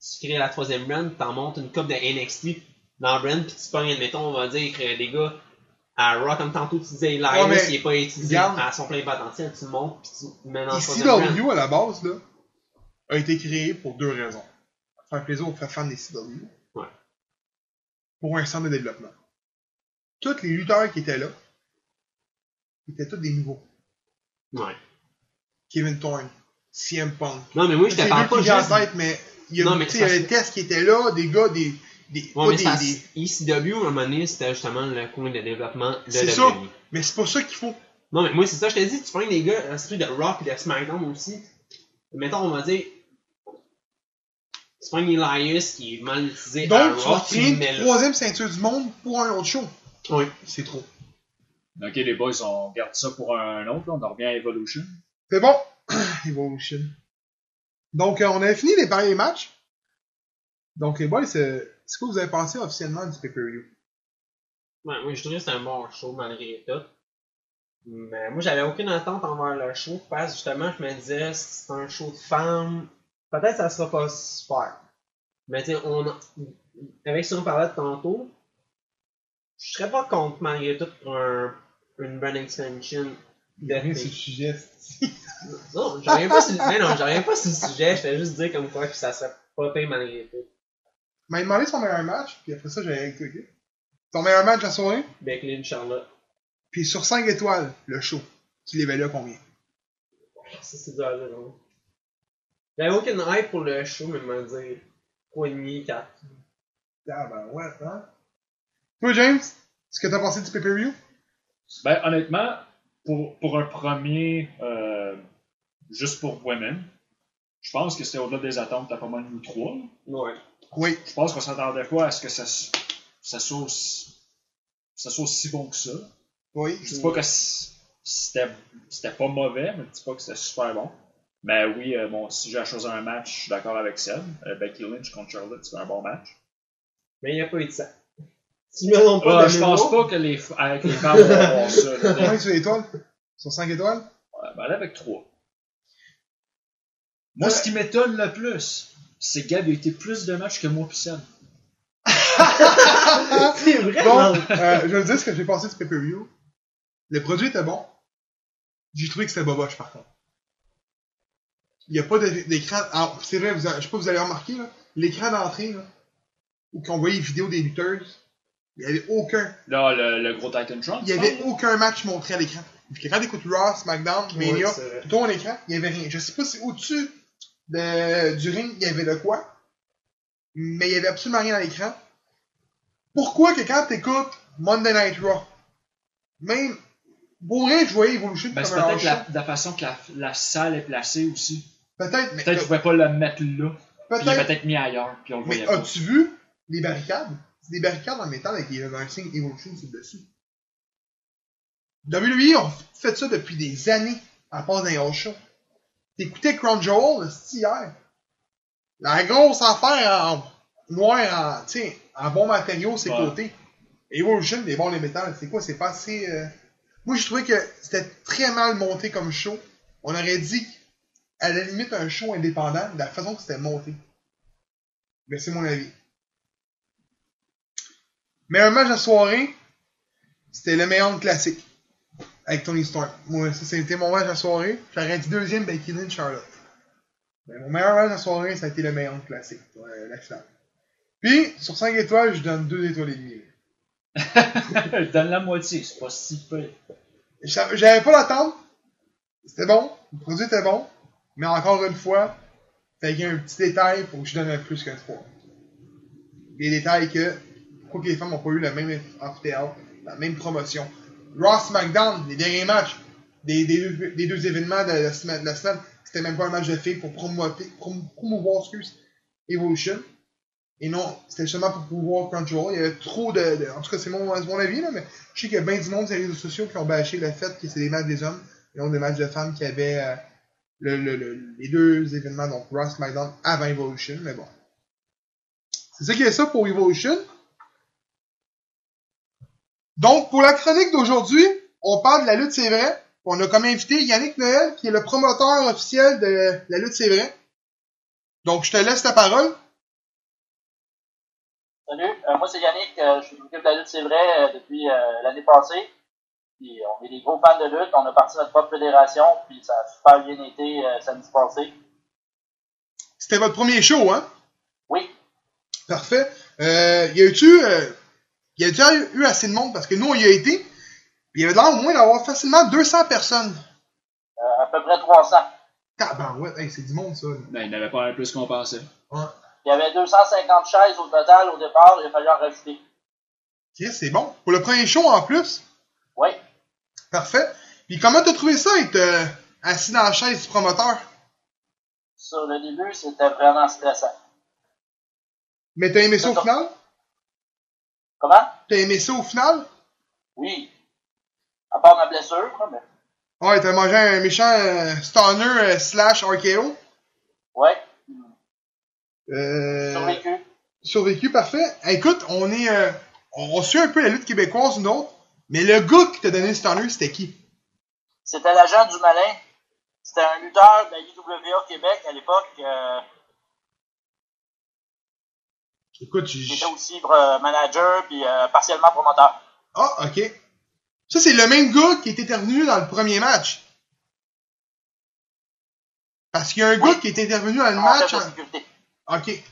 Tu crées la troisième brand, t'en montes une coupe de NXT dans la brand, puis tu pognes, admettons, on va dire que des gars à Raw, comme tantôt tu disais, Elias,
Ouais, mais
il est pas utilisé
regarde.
à son plein potentiel, tu le montes, puis tu le mets dans la
Ici,
troisième brand.
à la base, là, a été créé pour deux raisons. Faire plaisir aux fans des CW.
Ouais.
Pour un centre de développement. Tous les lutteurs qui étaient là, étaient tous des nouveaux.
Ouais.
Kevin Thorne, CM Punk.
Non, mais moi, je
C'est
te
deux
parle
qui
pas
viennent
juste.
en tête, mais il y a,
Non, mais
tu sais, il y
ça,
avait Tess qui était là, des gars, des. des,
Ouais,
pas
mais
des-
ça,
des-
ECW, à un moment donné, c'était justement le coin de développement de
C'est
WWE.
ça. Mais c'est pas ça qu'il faut.
Non, mais moi, c'est ça, je te dis, tu prends les gars, euh, l'esprit de Rock et de SmackDown aussi. Mettons, on va dire. Tu prends Elias qui est mal utilisé à
Donc, tu vas
Rock, tu
créer
le
une
mets là.
troisième ceinture du monde pour un autre show.
Oui.
C'est trop.
ok, les boys, on garde ça pour un autre, là, on en revient à Evolution.
C'est bon. Evolution. Donc, euh, on a fini les paris matchs. Donc, les boys, euh, c'est quoi que vous avez pensé officiellement du pay-per-view?
Ouais, moi, je trouvais que c'était un bon show malgré tout. Mais moi, j'avais aucune attente envers le show parce que justement, je me disais, c'est un show de femmes. Peut-être que ça sera pas super. Mais tu sais, on a- avec ce qu'on parlait de tantôt, je serais pas contre malgré tout pour un, une bonne expansion. de
Rien sur
Fate.
le sujet.
Non, je reviens pas sur le, mais non, je reviens pas sur le sujet, je fais juste dire comme quoi que ça serait pas pire malgré tout.
Il m'a demandé son meilleur match, puis après ça, j'ai électrocuté. Son meilleur match la soirée,
Becklin, Charlotte.
puis sur 5 étoiles, le show. Tu l'évalues à combien
Ça, c'est dur à dire, non? J'avais aucune hype pour le show, mais me dire quoi demi, quatre.
Ah ben ouais, hein Toi, James, ce que t'as pensé du pay-per-view
Ben, honnêtement, pour, pour un premier, euh, juste pour women, je pense que c'était au-delà des attentes, t'as pas mal nous trois. là.
Ouais.
Oui.
Je pense qu'on s'attendait pas à ce que ça, s- ça soit aussi- ça soit aussi bon que ça.
Oui.
Je dis pas que c- c'était c'était pas mauvais, mais je dis pas que c'était super bon. Mais oui, euh, bon, si j'ai à choisir un match, je suis d'accord avec Seb. Euh, Becky Lynch contre Charlotte, c'est un bon match.
Mais il n'y a pas eu de ça. Si je me trompe pas,
Ah,
le
je
même
pense
mot,
pas que les, f- avec les femmes vont avoir ça. là.
Combien sur l'étoile Sur 5 étoiles
Ouais, ben, allez avec trois. Moi,
Ouais.
ce qui m'étonne le plus, c'est que Gab a été plus de matchs que moi pis Seb.
C'est vrai,
Bon,
non.
euh, je vais vous dire ce que j'ai pensé du pay-per-view. Le produit était bon. J'ai trouvé que c'était boboche, par contre. Il n'y a pas d'é- d'écran. ah, C'est vrai, vous a- je sais pas si vous avez remarqué, là, l'écran d'entrée, là, où on voyait les vidéos des lutteuses, il n'y avait aucun.
Là, le, le gros Titan Trump.
Il n'y
Ah.
avait aucun match montré à l'écran. Puis quand t'écoutes Raw, SmackDown,
Ouais,
Mania,
c'est vrai.
ton écran, il n'y avait rien. Je sais pas si au-dessus de- du ring, il y avait de quoi, mais il n'y avait absolument rien à l'écran. Pourquoi que quand t'écoutes Monday Night Raw, même, pour vrai, je voyais Evolution
Ben, c'est
comme un
peut-être la,
hors-champ.
la façon que la, la salle est placée aussi.
Peut-être, mais
Peut-être qu'ils pouvaient pas le mettre là. Puis il est
Euh, peut-être, ah,
peut-être mis ailleurs, puis on le voyait
mais
pas.
as-tu vu les barricades? C'est des barricades en métal avec les- un signe Evolution sur le dessus. WWE ont fait ça depuis des années, à part d'un hors show. T'écoutais Crown Joel, le style hier. La grosse affaire en noir, en, tu sais, en bon matériau, c'est
Ouais.
côté. Evolution, des bons les métal, c'est quoi? C'est pas assez. euh, Moi, je trouvais que c'était très mal monté comme show. On aurait dit, à la limite, un show indépendant de la façon que c'était monté. Mais c'est mon avis. Mais un match à soirée, c'était le meilleur classique avec Tony Storm. Moi, ça, c'était mon match à soirée. J'aurais dit deuxième Becky Lynch Charlotte. Mais mon meilleur match à soirée, ça a été le meilleur classique, euh, la finale. Puis, sur 5 étoiles, je donne 2 étoiles et demie.
Donne la moitié, c'est pas si peu.
J'a- J'avais pas l'attente. C'était bon. Le produit était bon. Mais encore une fois, il y a un petit détail pour que je donne un plus qu'un 3. Des détails que, pourquoi que les femmes n'ont pas eu le même amphithéâtre, la même promotion. Ross McDonald, les derniers matchs des, des deux, des deux événements de la semaine, de la semaine, c'était même pas un match de filles pour promouvoir, prom- promouvoir, excuse, Evolution. Et non, c'était justement pour pouvoir control. Il y avait trop de. de- en tout cas, c'est mon, c'est mon avis, là, mais je sais qu'il y a bien du monde sur les réseaux sociaux qui ont bâché le fait que c'est des matchs des hommes et non des matchs de femmes qui avaient euh, le- le- le- les deux événements, donc Ross McDonald avant Evolution, mais bon. C'est ça qui est ça pour Evolution. Donc, pour la chronique d'aujourd'hui, on parle de la lutte, c'est vrai. On a comme invité Yannick Noël, qui est le promoteur officiel de la lutte, c'est vrai. Donc, je te laisse la parole.
Salut, euh, moi c'est Yannick, euh, je m'occupe de la lutte, c'est vrai, euh, depuis euh, l'année passée. Puis euh, on est des gros fans de lutte, on a parti notre propre fédération, puis ça a super bien été euh, samedi passé.
C'était votre premier show, hein?
Oui,
Parfait. Euh, y a-tu euh, y a-tu eu assez de monde parce que nous on y a été, puis il y avait l'air au moins d'avoir facilement 200 personnes.
euh, à peu près 300.
Tabarouette, hey, c'est du monde ça. là.
Ben, il n'avait pas plus qu'on pensait.
Ouais.
Il y avait 250 chaises au total au départ, il a fallu en rajouter.
Ok, c'est bon. Pour le premier show en plus,
Oui,
parfait. Puis comment t'as trouvé ça être euh, assis dans la chaise du promoteur?
sur le début c'était vraiment stressant.
Mais t'as aimé ça au
Attends.
final?
Comment?
T'as aimé ça au final?
Oui, à part ma blessure, hein, mais...
Ouais, t'as mangé un méchant euh, stunner euh, slash RKO.
ouais,
Euh,
survécu.
survécu, parfait. Écoute, on est. euh, on suit un peu la lutte québécoise, nous autres. Mais le gars qui t'a donné le stunner, c'était qui?
C'était l'agent du malin. C'était un lutteur de la IWA Québec à l'époque. euh,
Écoute, j'ai-
Il était aussi euh, manager, puis euh, partiellement promoteur.
Ah, ok. Ça, c'est le même gars qui est intervenu dans le premier match. Parce qu'il y a un
Oui.
gars
Ah,
qui est intervenu dans le
En
match. hein?
fait, de
en-
sécurité.
Ok.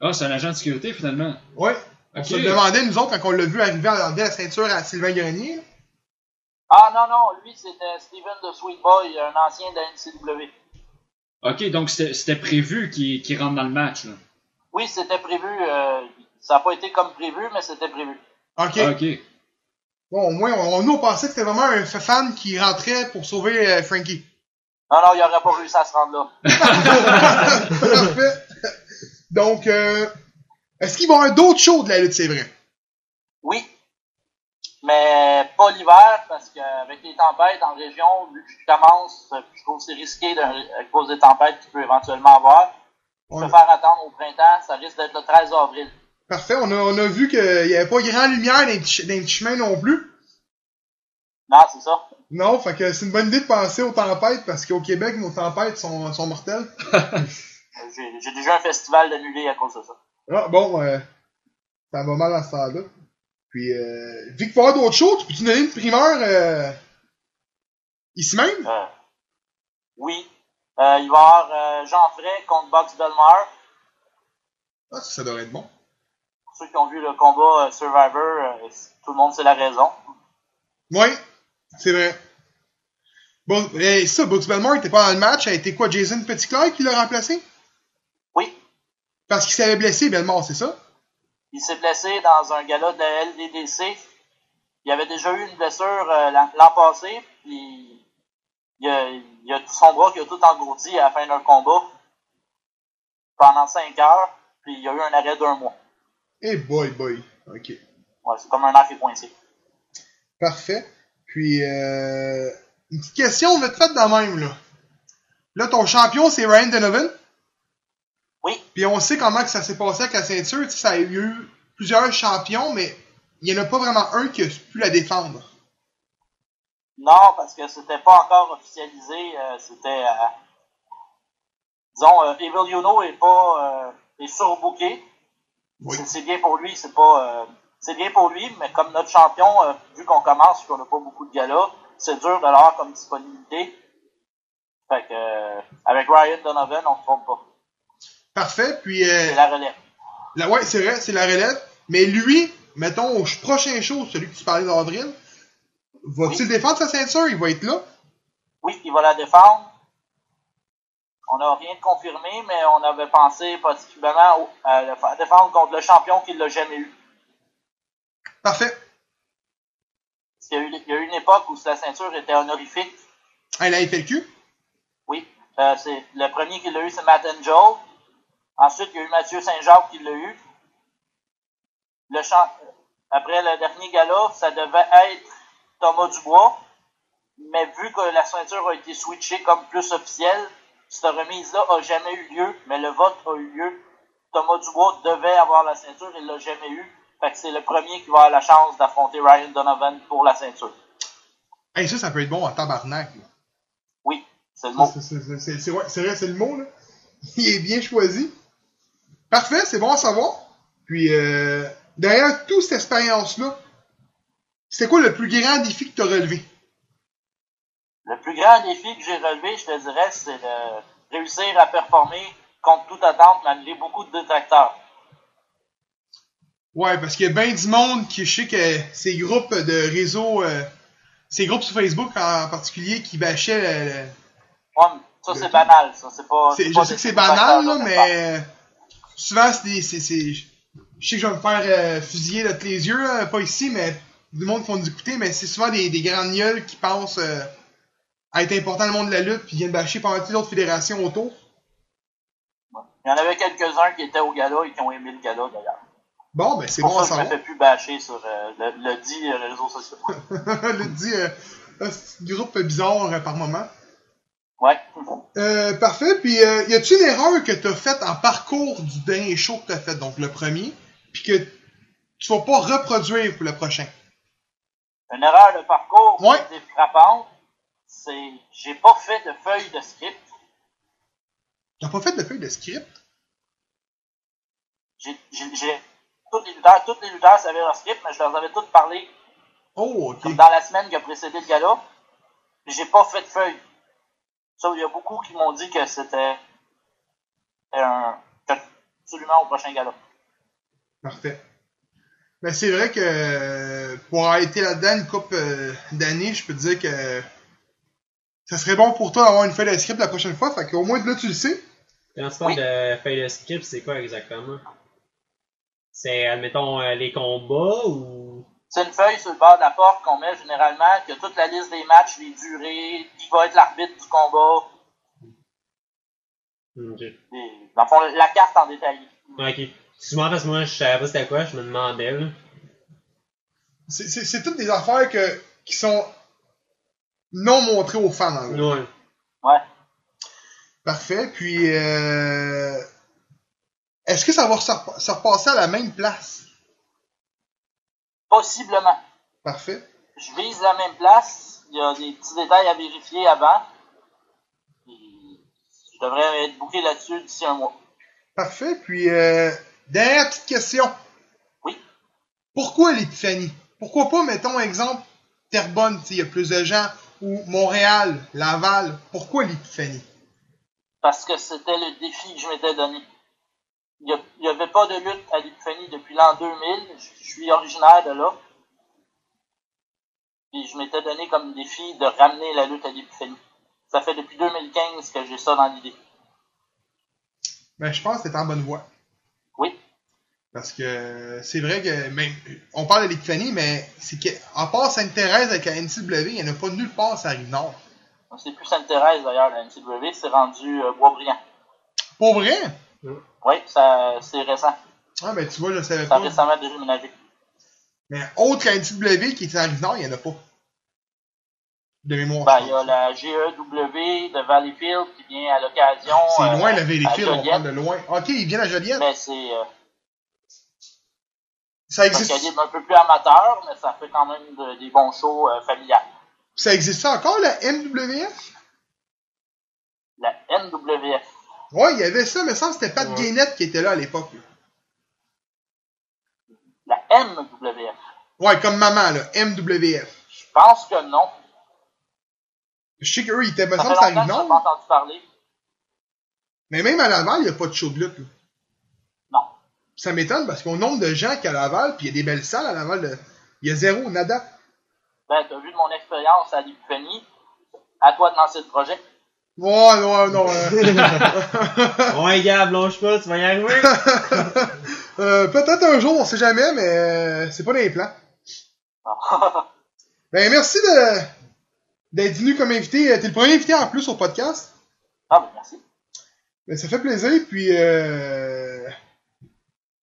Ah, c'est un agent de sécurité finalement.
Ouais. On
Ok.
se le demandait, nous autres, quand on l'a vu arriver à enlever la ceinture à Sylvain Grenier.
Ah non, non, lui c'était Steven de Sweet Boy, un ancien de la NCW.
Ok, donc c'était c'était prévu qu'il qu'il rentre dans le match. Là.
Oui, c'était prévu. euh, ça n'a pas été comme prévu, mais c'était prévu.
Ok.
Ah, ok.
Bon, au moins, on, nous, on pensait que c'était vraiment un fan qui rentrait pour sauver euh, Frankie.
Non, non, il n'aurait pas réussi à se rendre là.
Parfait. Donc, euh, est-ce qu'ils vont avoir d'autres shows de la lutte, c'est vrai?
Oui. Mais pas l'hiver, parce qu'avec les tempêtes en région, vu que je commence, euh, je trouve que c'est risqué d'un- à cause des tempêtes qu'il peut éventuellement avoir. Je
Ouais.
préfère attendre au printemps, ça risque d'être le 13 avril.
Parfait. On a, on a vu qu'il n'y avait pas grand lumière dans les ch- dans les chemins non plus.
Non, c'est ça.
Non, fait que c'est une bonne idée de penser aux tempêtes parce qu'au Québec, nos tempêtes sont, sont mortelles.
Euh, J'ai j'ai déjà un festival d'annulé à cause de ça.
Ah, bon, euh, ça va mal à ce temps-là. Puis, euh, vu qu'il va y avoir d'autres choses, peux-tu donner une primeur euh, ici même?
Euh, oui. Euh, il va y avoir euh, Jean Fray contre Box Belmar.
Ah, ça, ça devrait être bon.
Pour ceux qui ont vu le combat euh, Survivor, euh, c- tout le monde sait la raison.
Oui, c'est vrai. Bon, et ça, Brooks Belmore était pas dans le match. Ça a été quoi, Jason Petitclerc qui l'a remplacé?
Oui,
Parce qu'il s'avait blessé, Belmore, c'est ça?
il s'est blessé dans un gala de la LDDC. Il avait déjà eu une blessure euh, l'an l'an passé, puis il a, il a tout son bras qui a tout engourdi à la fin d'un combat pendant 5 heures, puis il y a eu un arrêt d'un mois.
Eh boy, boy. OK.
Ouais, c'est comme un arc et coincé.
Parfait. Puis, euh, une petite question, vite faite de même, là. Là, ton champion, c'est Ryan Donovan.
Oui,
Puis on sait comment que ça s'est passé avec la ceinture. Tu sais, ça a eu plusieurs champions, mais il n'y en a pas vraiment un qui a pu la défendre.
non, parce que c'était pas encore officialisé, euh, c'était... euh, disons, euh, Evil Uno est pas... euh, est surbooké,
Oui.
C'est- C'est bien pour lui, c'est pas. euh, c'est bien pour lui, mais comme notre champion, euh, vu qu'on commence et qu'on n'a pas beaucoup de galas, c'est dur de l'avoir comme disponibilité. Fait que euh, avec Ryan Donovan, on se trompe pas.
Parfait. Puis, euh,
C'est la relève.
la- ouais, c'est vrai, c'est la relève. Mais lui, mettons, au ch- prochain show, celui que tu parlais d'avril, va-t-il défendre sa ceinture? Il va être là.
Oui, il va la défendre. On n'a rien de confirmé, mais on avait pensé particulièrement au- à le faire défendre contre le champion qui l'a jamais eu.
Parfait.
Parce qu'il y a eu- il y a eu une époque où la ceinture était honorifique.
Ah, la FLQ?
Oui. Euh, c'est, le premier qui l'a eu, c'est Matt Angel. Ensuite, il y a eu Mathieu Saint-Jacques qui l'a eu. Le champ- Après le dernier gala, ça devait être Thomas Dubois. Mais vu que la ceinture a été switchée comme plus officielle, cette remise-là a jamais eu lieu, mais le vote a eu lieu. Thomas Dubois devait avoir la ceinture, il l'a jamais eu. Fait que c'est le premier qui va avoir la chance d'affronter Ryan Donovan pour la ceinture.
Hey, ça, ça peut être bon en tabarnak. là.
Oui, c'est le mot.
C'est- c'est- c'est- C'est c'est- ouais, c'est vrai, c'est le mot, là. Il est bien choisi. Parfait, c'est bon à savoir. Puis, euh, derrière toute cette expérience-là, c'était quoi le plus grand défi que tu as relevé?
Le plus grand défi que j'ai relevé, je te dirais, c'est de réussir à performer contre toute attente malgré beaucoup de détracteurs.
Ouais, parce qu'il y a bien du monde qui, je sais que ces groupes de réseaux, euh, ces groupes sur Facebook en particulier qui bâchaient. euh,
Ouais, mais ça,
Le
c'est
tout.
banal. Ça, c'est pas,
c'est-
c'est
je
pas
sais
des
que c'est
détracteurs,
banal, là,
ça, c'est
mais euh, souvent, c'est des. c'est- c'est- Je sais que je vais me faire euh, fusiller de tous les yeux, là, pas ici, mais du monde qui vont nous écouter, mais c'est souvent des, des grands gueules qui pensent euh, à être important dans le monde de la lutte, puis viennent bâcher pendant toutes les autres fédérations autour.
pas- Il y en avait quelques-uns qui étaient au gala et qui ont aimé le gala, d'ailleurs.
Bon, ben c'est
C'est
bon
pour
à
ça que je me
savoir.
fais plus bâcher sur euh, le, le dit euh, réseau social.
le dit euh, un petit groupe bizarre euh, par moment.
ouais.
Euh, parfait. Puis, euh, y a-tu une erreur que t'as faite en parcours du dernier show que t'as fait, donc le premier, puis que tu vas pas reproduire pour le prochain?
Une erreur de parcours
Ouais.
qui a été frappante, c'est j'ai pas fait de feuille de script.
T'as pas fait de feuille de script?
J'ai, j'ai, j'ai- toutes les lutteurs, toutes les lutteurs savaient leur script, mais je leur avais toutes parlé
Oh, ok.
comme dans la semaine qui a précédé le gala. Puis J'ai pas fait de feuille. Ça, il y a beaucoup qui m'ont dit que c'était un absolument au prochain gala.
Parfait. Mais c'est vrai que euh, pour avoir été là-dedans une couple euh, d'années, je peux te dire que ça serait bon pour toi d'avoir une feuille de script la prochaine fois. Fait qu'au moins là, tu le sais.
Quand tu parles
Oui.
de feuille de script, c'est quoi exactement? C'est, admettons, euh, les combats ou.
C'est une feuille sur le bord de la porte qu'on met généralement, que toute la liste des matchs, les durées, qui va être l'arbitre du combat,
Ok.
et, dans le fond, la carte en détail.
Ok. Souvent, parce que moi, je savais pas c'était quoi, je me demandais, là.
C'est- C'est c'est toutes des affaires que, qui sont non montrées aux fans. En gros.
Ouais.
Ouais.
Parfait. Puis, euh, est-ce que ça va se repa- se repasser à la même place?
Possiblement.
Parfait.
Je vise la même place. Il y a des petits détails à vérifier avant. Et je devrais être booké là-dessus d'ici un mois.
Parfait. Puis, euh, dernière petite question.
Oui.
Pourquoi l'épiphanie? Pourquoi pas, mettons, exemple, Terrebonne, s'il y a plus de gens, ou Montréal, Laval. Pourquoi l'épiphanie?
Parce que c'était le défi que je m'étais donné. Il n'y avait pas de lutte à l'Épiphanie depuis l'an 2000. Je je suis originaire de là. Et je m'étais donné comme défi de ramener la lutte à l'Épiphanie. Ça fait depuis 2015 que j'ai ça dans l'idée.
Ben, je pense que t'es en bonne voie.
Oui.
Parce que euh, c'est vrai que même on parle de l'épiphanie, mais c'est qu'en part Sainte-Thérèse avec la NCW, il n'y en a pas nulle part ça arrive nord.
C'est plus Sainte-Thérèse d'ailleurs, la MCW. C'est rendu euh, Boisbriand.
Pour vrai?
Oui, ça, c'est récent.
Ah ben tu vois, je le savais
Ça a
pas.
récemment déménagé.
Mais autre qu'à NCW qui est arrive nord, il n'y en a pas. De mémoire.
Ben,
je
il y
pense.
a la GEW de Valleyfield qui vient à l'occasion.
C'est
euh,
loin la
à
vérifier, on
Joliette,
parle de loin. Ok, ils viennent à Joliette.
Mais c'est euh,
Ça
un
existe.
calibre un peu plus amateur, mais ça fait quand même de- des bons shows euh, familiales.
Ça existe ça encore la MWF?
La NWF.
Ouais, il y avait ça, mais ça, c'était Pat
Ouais.
Gainette qui était là à l'époque. là.
La MWF.
Ouais, comme maman, là, MWF.
Je pense que non.
Je sais qu'eux, ils étaient, me
Ça fait
semble, ça arrive
longtemps que je
nord.
n'ai pas entendu parler.
Mais même à Laval, il n'y a pas de show de lutte. là.
Non.
Ça m'étonne parce qu'on nombre de gens qu'à Laval, puis il y a des belles salles à Laval. là, Il y a zéro, nada.
Ben, t'as vu de mon expérience à l'Épiphanie. À toi de lancer le projet.
Oh, non, non. euh,
ouais, Gab, lâche pas, tu vas y arriver.
euh, Peut-être un jour, on sait jamais, mais euh, c'est pas dans les plans.
Ah,
Ben, merci de d'être venu comme invité. Euh, T'es le premier invité en plus au podcast.
ah, ben, merci.
Ben, ça fait plaisir. Puis, euh,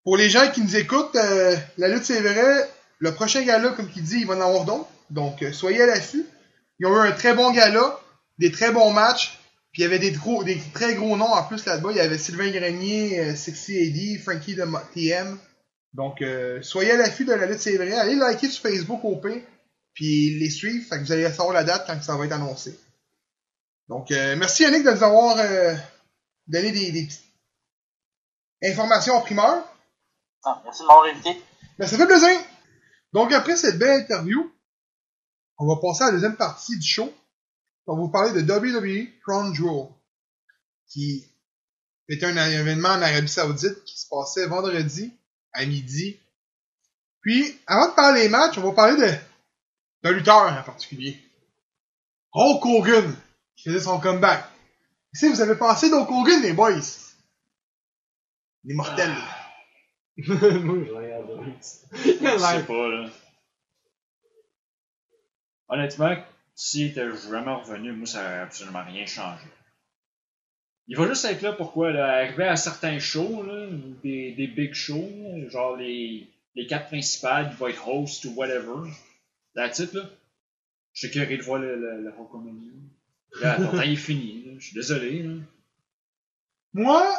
pour les gens qui nous écoutent, euh, la lutte, c'est vrai. Le prochain gala, comme qui dit, il va en avoir d'autres. Donc, euh, soyez à l'affût. Ils ont eu un très bon gala, des très bons matchs. Puis, il y avait des, gros, des très gros noms en plus là-bas. Il y avait Sylvain Grenier, euh, Sexy Eddie, Frankie de Mo- TM. Donc, euh, soyez à l'affût de la lutte, c'est vrai. Allez liker sur Facebook au P. Puis, les suivre. Fait que vous allez savoir la date quand que ça va être annoncé. Donc, euh, merci Yannick de nous avoir. euh, donner des, des petites informations en primeur.
Ah, merci de m'avoir invité.
Mais Ben, ça fait plaisir! Donc, après cette belle interview, on va passer à la deuxième partie du show. On va vous parler de WWE Crown Jewel, qui était un événement en Arabie Saoudite qui se passait vendredi à midi. Puis, avant de parler des matchs, on va parler de d'un lutteur en particulier. Hulk Hogan, qui faisait son comeback. Si vous avez pensé d'Hulk Hogan, les boys? Les mortels.
moi, je regarde. Il a
Je sais
l'air-
pas, là. Honnêtement, s'il était vraiment revenu, moi, ça aurait absolument rien changé. Il va juste être là, pourquoi? Là, arriver à certains shows, là, des, des big shows, là, genre les, les quatre principales, il va être host ou whatever. La titre, là. Je suis curieux de voir le, le, le Hulk Hogan, là. Là, ton temps est fini, là. Je suis désolé, là.
Moi,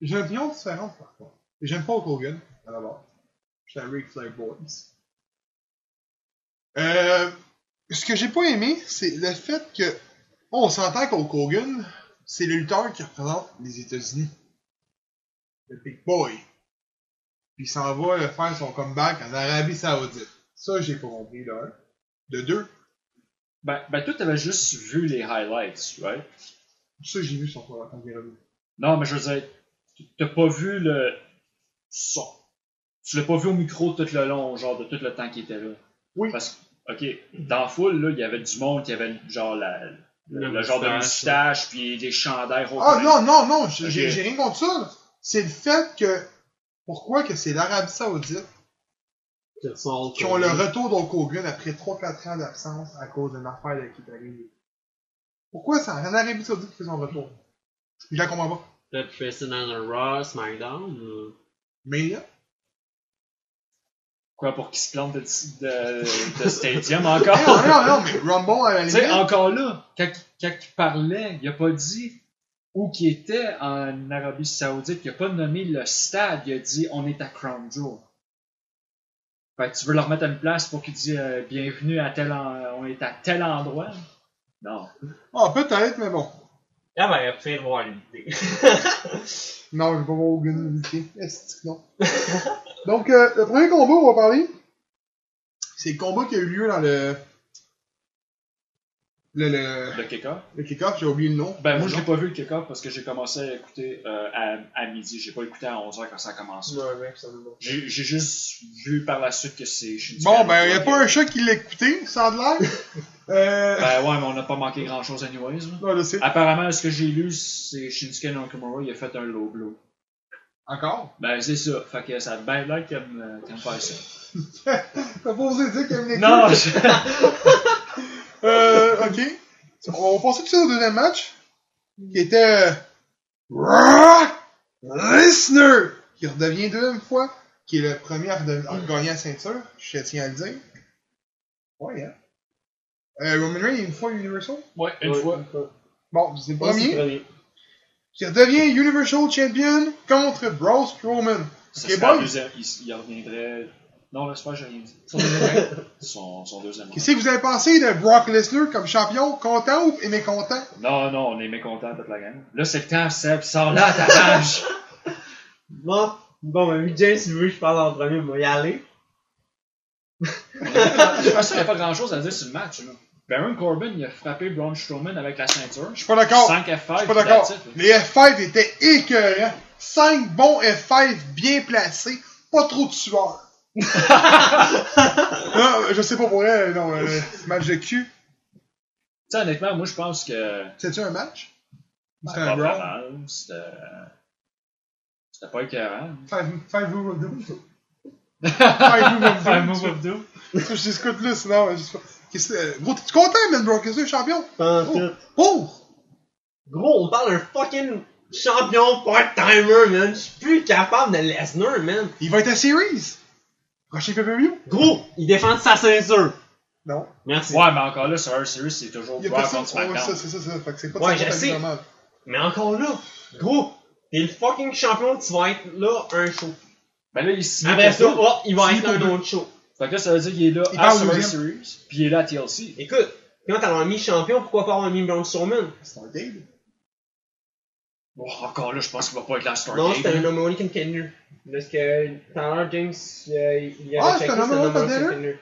j'ai une opinion différente par contre. J'aime pas Hulk Hogan, à la base. Je suis un Ric Flair Boys. Euh, ce que j'ai pas aimé, c'est le fait que. On s'entend qu'Hulk Hogan, c'est le lutteur qui représente les États-Unis. Le Big Boy. puis il s'en va euh, faire son comeback en Arabie Saoudite. Ça, j'ai pas compris, là. un. De deux,
Ben, ben toi, t'avais juste vu les highlights, right?
ça, j'ai vu son combat quand il est revenu.
Non, mais je veux dire, t'as pas vu le son. Tu l'as pas vu au micro tout le long, genre de tout le temps qu'il était là.
Oui.
Parce que, OK, dans la foule, là, il y avait du monde qui avait genre la, le,
Le
le genre de
moustache,
moustache, puis des chandails
Ah
roulés.
non, non, non, j'ai
Ok.
j'ai- j'ai rien contre ça. là. C'est le fait que. Pourquoi que c'est l'Arabie Saoudite qui ont le retour d'Hulk Hogan après 3-4 ans d'absence à cause d'une affaire là, qui est arrivée? Pourquoi c'est en Arabie Saoudite qui fait son retour? Je la comprends pas.
Peut-être fait ça dans le Raw, SmackDown. ou-
Mais là,
Quoi, pour qu'ils se plantent de, de, de stadium
non,
encore?
non, non, mais Rumble à la
Tu sais,
limite.
encore là, quand, quand il parlait, il a pas dit où qu'il était en Arabie Saoudite, il a pas nommé le stade, il a dit on est à Crown Jewel. Fait que tu veux leur mettre à une place pour qu'ils disent euh, bienvenue à tel en- on est à tel endroit. Non.
Ah, peut-être, mais bon.
Là,
Ah,
ben, il aurait pu y avoir une idée.
Non, je vais pas voir Hogan lutter. Est-ce que non? Donc, euh, le premier combat, on va parler. C'est le combat qui a eu lieu dans le. Le, le,
Le kick-off.
le kick-off, j'ai oublié le nom.
Ben moi je l'ai pas vu le kick-off parce que j'ai commencé à écouter euh, à, à midi, j'ai pas écouté à 11h quand ça a commencé.
Non, mec, ça me va.
J'ai j'ai juste vu par la suite que c'est Shinsuke
Bon, ben, y a
Nakamura
pas un
qui-
chat qui l'a écouté, ça a de l'air. euh. ben,
Ben ouais, mais on n'a pas manqué grand chose anyways. là.
Non, je sais.
Apparemment, ce que j'ai lu, c'est Shinsuke Nakamura, il a fait un low blow.
Encore?
Ben, c'est ça. Fait que ça a bien l'air qu'il aime, euh, qu'il aime faire ça.
T'as pas osé dire qu'il aime les
Non,
couilles.
je-
Euh, ok. On va passer tout de suite au deuxième match. Qui était. euh, Brock Lesnar! Qui redevient deuxième fois. Qui est le premier à, redev- à gagner la ceinture. Je tiens à le dire. Ouais, hein. Euh, Roman Reigns, une fois Universal.
Ouais, une
Ouais,
fois.
Bon, c'est le
Ouais, c'est le
premier. Qui redevient Universal Champion contre Braun Strowman.
Ça
Ok,
serait la
bon.
deuxième. Il, s- il reviendrait. Non, là, c'est pas, j'ai rien dit.
premier.
Son, son deuxième.
Qu'est-ce que vous avez pensé de Brock Lesnar comme champion? Content ou mécontent?
Non, non, on est mécontents, toute la gang. Là, c'est le temps, Seb. Sors là, ta page.
Bon, bon, ben, oui, James, si vous voulez, je parle en premier, moi, y aller.
je pense qu'il n'y a pas grand chose à dire sur le match. Là. Baron Corbin, il a frappé Braun Strowman avec la ceinture.
Je suis pas d'accord.
Sans qu'elle fasse.
Je suis pas d'accord. Les F5 étaient écœurants. 5 bons F5 bien placés. Pas trop de sueur. non, je sais pas pour elle, non, euh, match de cul.
Tu sais, honnêtement, moi, je pense que.
C'est-tu un match? C'était
Ben, Pas
un brawl.
vraiment, C'était. euh, C'était pas écœurant. hein.
Five five move of doom.
Faire
Five move
move
of
of doom.
doom. Je discute là, sinon. euh, je sais pas. Qu'est-ce que- euh, Gros, t'es content, man, bro? Qu'est-ce que c'est, champion?
Pas en
Oh.
tout.
Pour!
Gros, on parle d'un fucking champion part-timer, man. Je suis plus capable de Lesnar, man.
Il va être à Series! Prochain PPV?
Gros, il défend sa ceinture.
Non.
Merci.
Ouais, mais encore là, sur un Series, c'est toujours
Il y a
Raw
personne.
contre
Ouais, ça,
SmackDown.
c'est ça, ça. Fait que c'est pas
Ouais,
de sa faute
je
à
sais.
lui, normal.
Mais encore là, gros, t'es le fucking champion, tu vas être là un show.
Ben là, il signe.
Après ça,
pour-
oh, il va
Signé
être
pour
un
deux.
autre show.
Fait que là, ça veut dire qu'il est là
Il
à
part
Survivor
deuxième.
Series, puis il est là à TLC.
Écoute, quand t'as un mi-champion, pourquoi pas avoir mis Braun Strowman?
C'est un deal.
Oh, encore là, je pense qu'il va pas être là à
Non, c'était un
Stargate.
number one contender. Parce que tout à l'heure, James, euh, il avait
Ah,
checké,
c'était un
c'était
number one contender?
C'est pas un number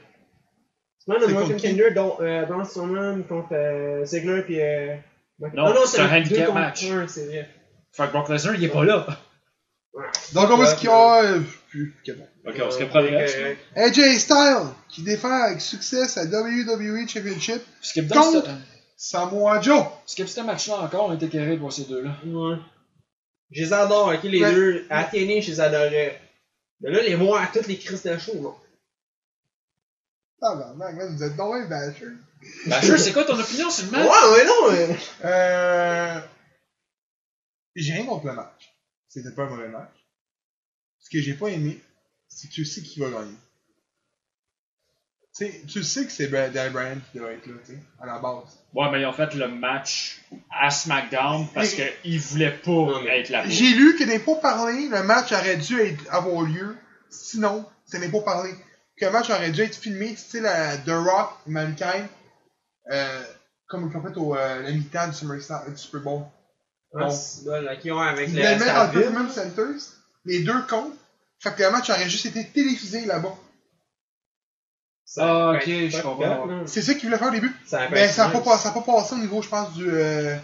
C'est
one
contre qui?
contender, donc euh, Braun Strowman contre euh, Ziggler puis... Euh, Mc-
Non, c'est un
le
handicap
deux contre
match.
un, c'est vrai.
Fait que Brock Lesnar, il est pas là.
Donc, on va ce qu'il y a. euh, plus capable.
Ok,
Euh,
on se reprend le
correct,
reste.
correct.
AJ Styles, qui défend avec succès sa WWE Championship,
Skip dans
Contre-
ce-
Samoa Joe.
skip ce match-là encore, on était carré de voir ces deux-là.
Ouais. Je les adore, ok, les
Ouais.
deux. À TNA, je les adorais. Mais là, les voir à toutes les crises de show, non.
Tabarnak, Ah, ben, man, vous êtes donc un bâcheux.
Basher, c'est Ben, quoi ton opinion sur le
Ouais,
match?
ouais, non, mais...
Euh. J'ai rien contre le match. C'était pas un mauvais match. Ce que j'ai pas aimé, c'est que tu sais qui va gagner. Tu sais, tu sais que c'est Bra- Daniel Bryan qui doit être là, tu sais, à la base.
Ouais, mais ils ont fait le match à SmackDown parce
Mais-
qu'ils voulaient pas
mais-
être là.
J'ai lu que des pourparlers, le match aurait dû être- avoir lieu. Sinon, c'est des pourparlers. Que le match aurait dû être filmé, style à The Rock, Mankind, euh, comme ils l'ont fait au euh, la mi-temps du, SummerSlam- du Super Bowl.
Ah, c'est bon, ok, ouais, avec
Ils
le...
les mettent
ça
en deux
vide.
mêmes centers, les deux comptes. Fait que le match aurait juste été télévisé là-bas.
Ah,
peut
ok,
être
je
pas
comprends.
top, là.
C'est ça qu'ils voulaient faire au début.
Ça peut
Mais
être
ça n'a pas,
nice.
pas- ça a pas passé au niveau, je pense, du, euh,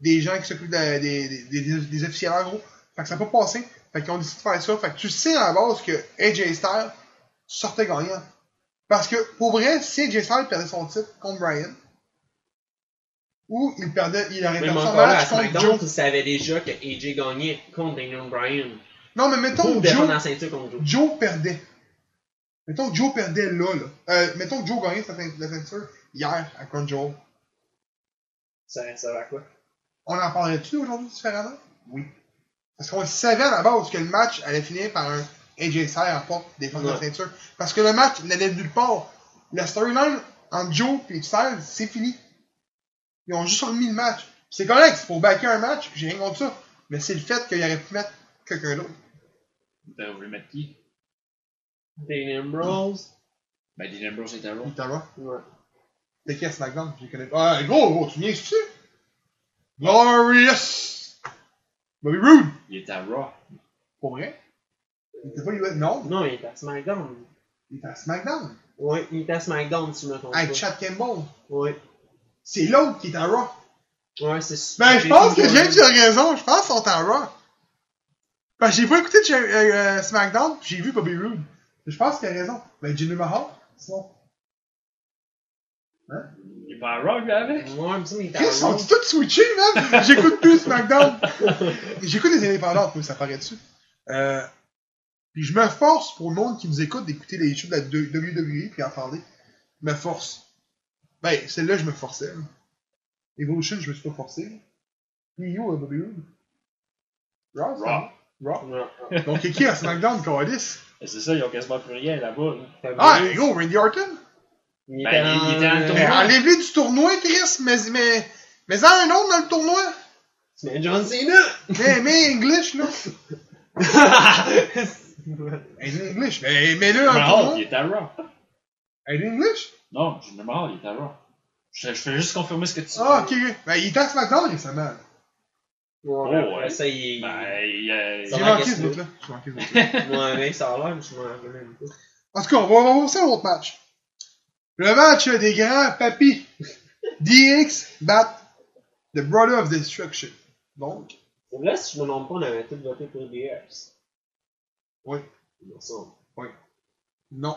des gens qui s'occupent de la- des, des, des- des officiels en gros. Fait que ça n'a pas passé. Fait qu'ils ont décidé de faire ça. Fait que tu sais à la base que AJ Styles sortait gagnant. Parce que pour vrai, si AJ Styles perdait son titre contre Brian, ou il perdait, il aurait
Même
perdu son
encore là, à
match contre
SmackDown,
Joe.
tu savais déjà que AJ gagnait contre Daniel Bryan.
Non, mais
Pour
mettons
défendre
Joe,
la ceinture contre Joe.
Joe perdait. Mettons que Joe perdait là, là. Euh, mettons que Joe gagnait sa ceint- la ceinture hier à contre Joe.
Ça, ça va à quoi?
On en parlerait-tu aujourd'hui différemment? Oui. Parce qu'on le savait à la base que le match allait finir par un AJ Styles en porte défense de la
Ouais.
ceinture. Parce que le match n'allait nulle part. La storyline entre Joe et Styles, c'est fini. Ils ont juste remis le match. C'est correct, c'est pour backer un match, j'ai rien contre ça. Mais c'est le fait qu'il aurait pu mettre quelqu'un d'autre.
Vous voulez Ben, mettre qui
Daniel Ambrose?
Ben, Dean Ambrose est à Raw.
Notamment.
Ouais.
C'est qui à SmackDown? Je les connais pas. Ah, gros, gros, tu viens ici? Glorious! Bobby Roode!
Il est à Raw.
Pour vrai? Il était pas US? Non,
Non, il était à SmackDown.
il était à SmackDown.
Ouais, il était à SmackDown, si je me trompe
Avec
pas.
Chad Campbell.
Ouais.
C'est l'autre qui est en Raw.
Ouais, c'est super.
Ben, je pense que James a raison. Je pense qu'ils sont en Raw. Ben, j'ai pas écouté Ja- euh, euh, SmackDown, puis j'ai vu Bobby Roode. Je pense qu'il a raison. Ben, Jimmy Mahal, sinon.
Il est pas à Raw, lui,
Mm.
avec
Ouais, mais ça, il était
Ils
à
sont
Raw.
tous switchés, man! J'écoute plus SmackDown! J'écoute les indépendants, moi, ça paraît dessus. Euh, puis je me force, pour le monde qui nous écoute, d'écouter les shows de la WWE, puis en parler. Je me force. Ben, celle-là, je me forçais. là. Evolution, je me suis pas forcé. Puis où, WWE? E. Raw? ça? hein? Raw.
Ouais.
Donc, il y a qui à SmackDown, Cordis?
Ben, C'est ça, ils ont quasiment plus rien là-bas. là.
Ah, gros, Randy Orton!
Il
Ben,
était
il- il était
en-
en
Mais
Ouais.
enlève-les du tournoi, Chris! Mais, mais, mais en un autre dans le tournoi!
Mais John Cena!
Mais, mais English, là!
ouais,
Hey, Ben, English! Mais, mais là, un
Mahal,
tournoi!
il est à Raw.
Hey, English!
Non, Jinder Mahal, il est à Raw. Je, je fais juste confirmer ce que tu dis.
Ah, ok, ok. Ben, il était à SmackDown récemment.
Oh, ouais.
après ça, il.
Ben, il, euh,
J'ai
Ça
il-
va,
manqué
qu'est-ce
ce
que
bout-là. J'ai manqué ce bout-là.
Moi, mec, ça a l'air, mais je m'en rappelle même pas.
En tout cas, on va voir aussi un autre match. Le match euh, des grands papis. DX bat The Brother of Destruction. Donc,
Pour vrai, si je me trompe pas, on avait tous voté pour DX.
oui,
Il me semble.
oui. Non.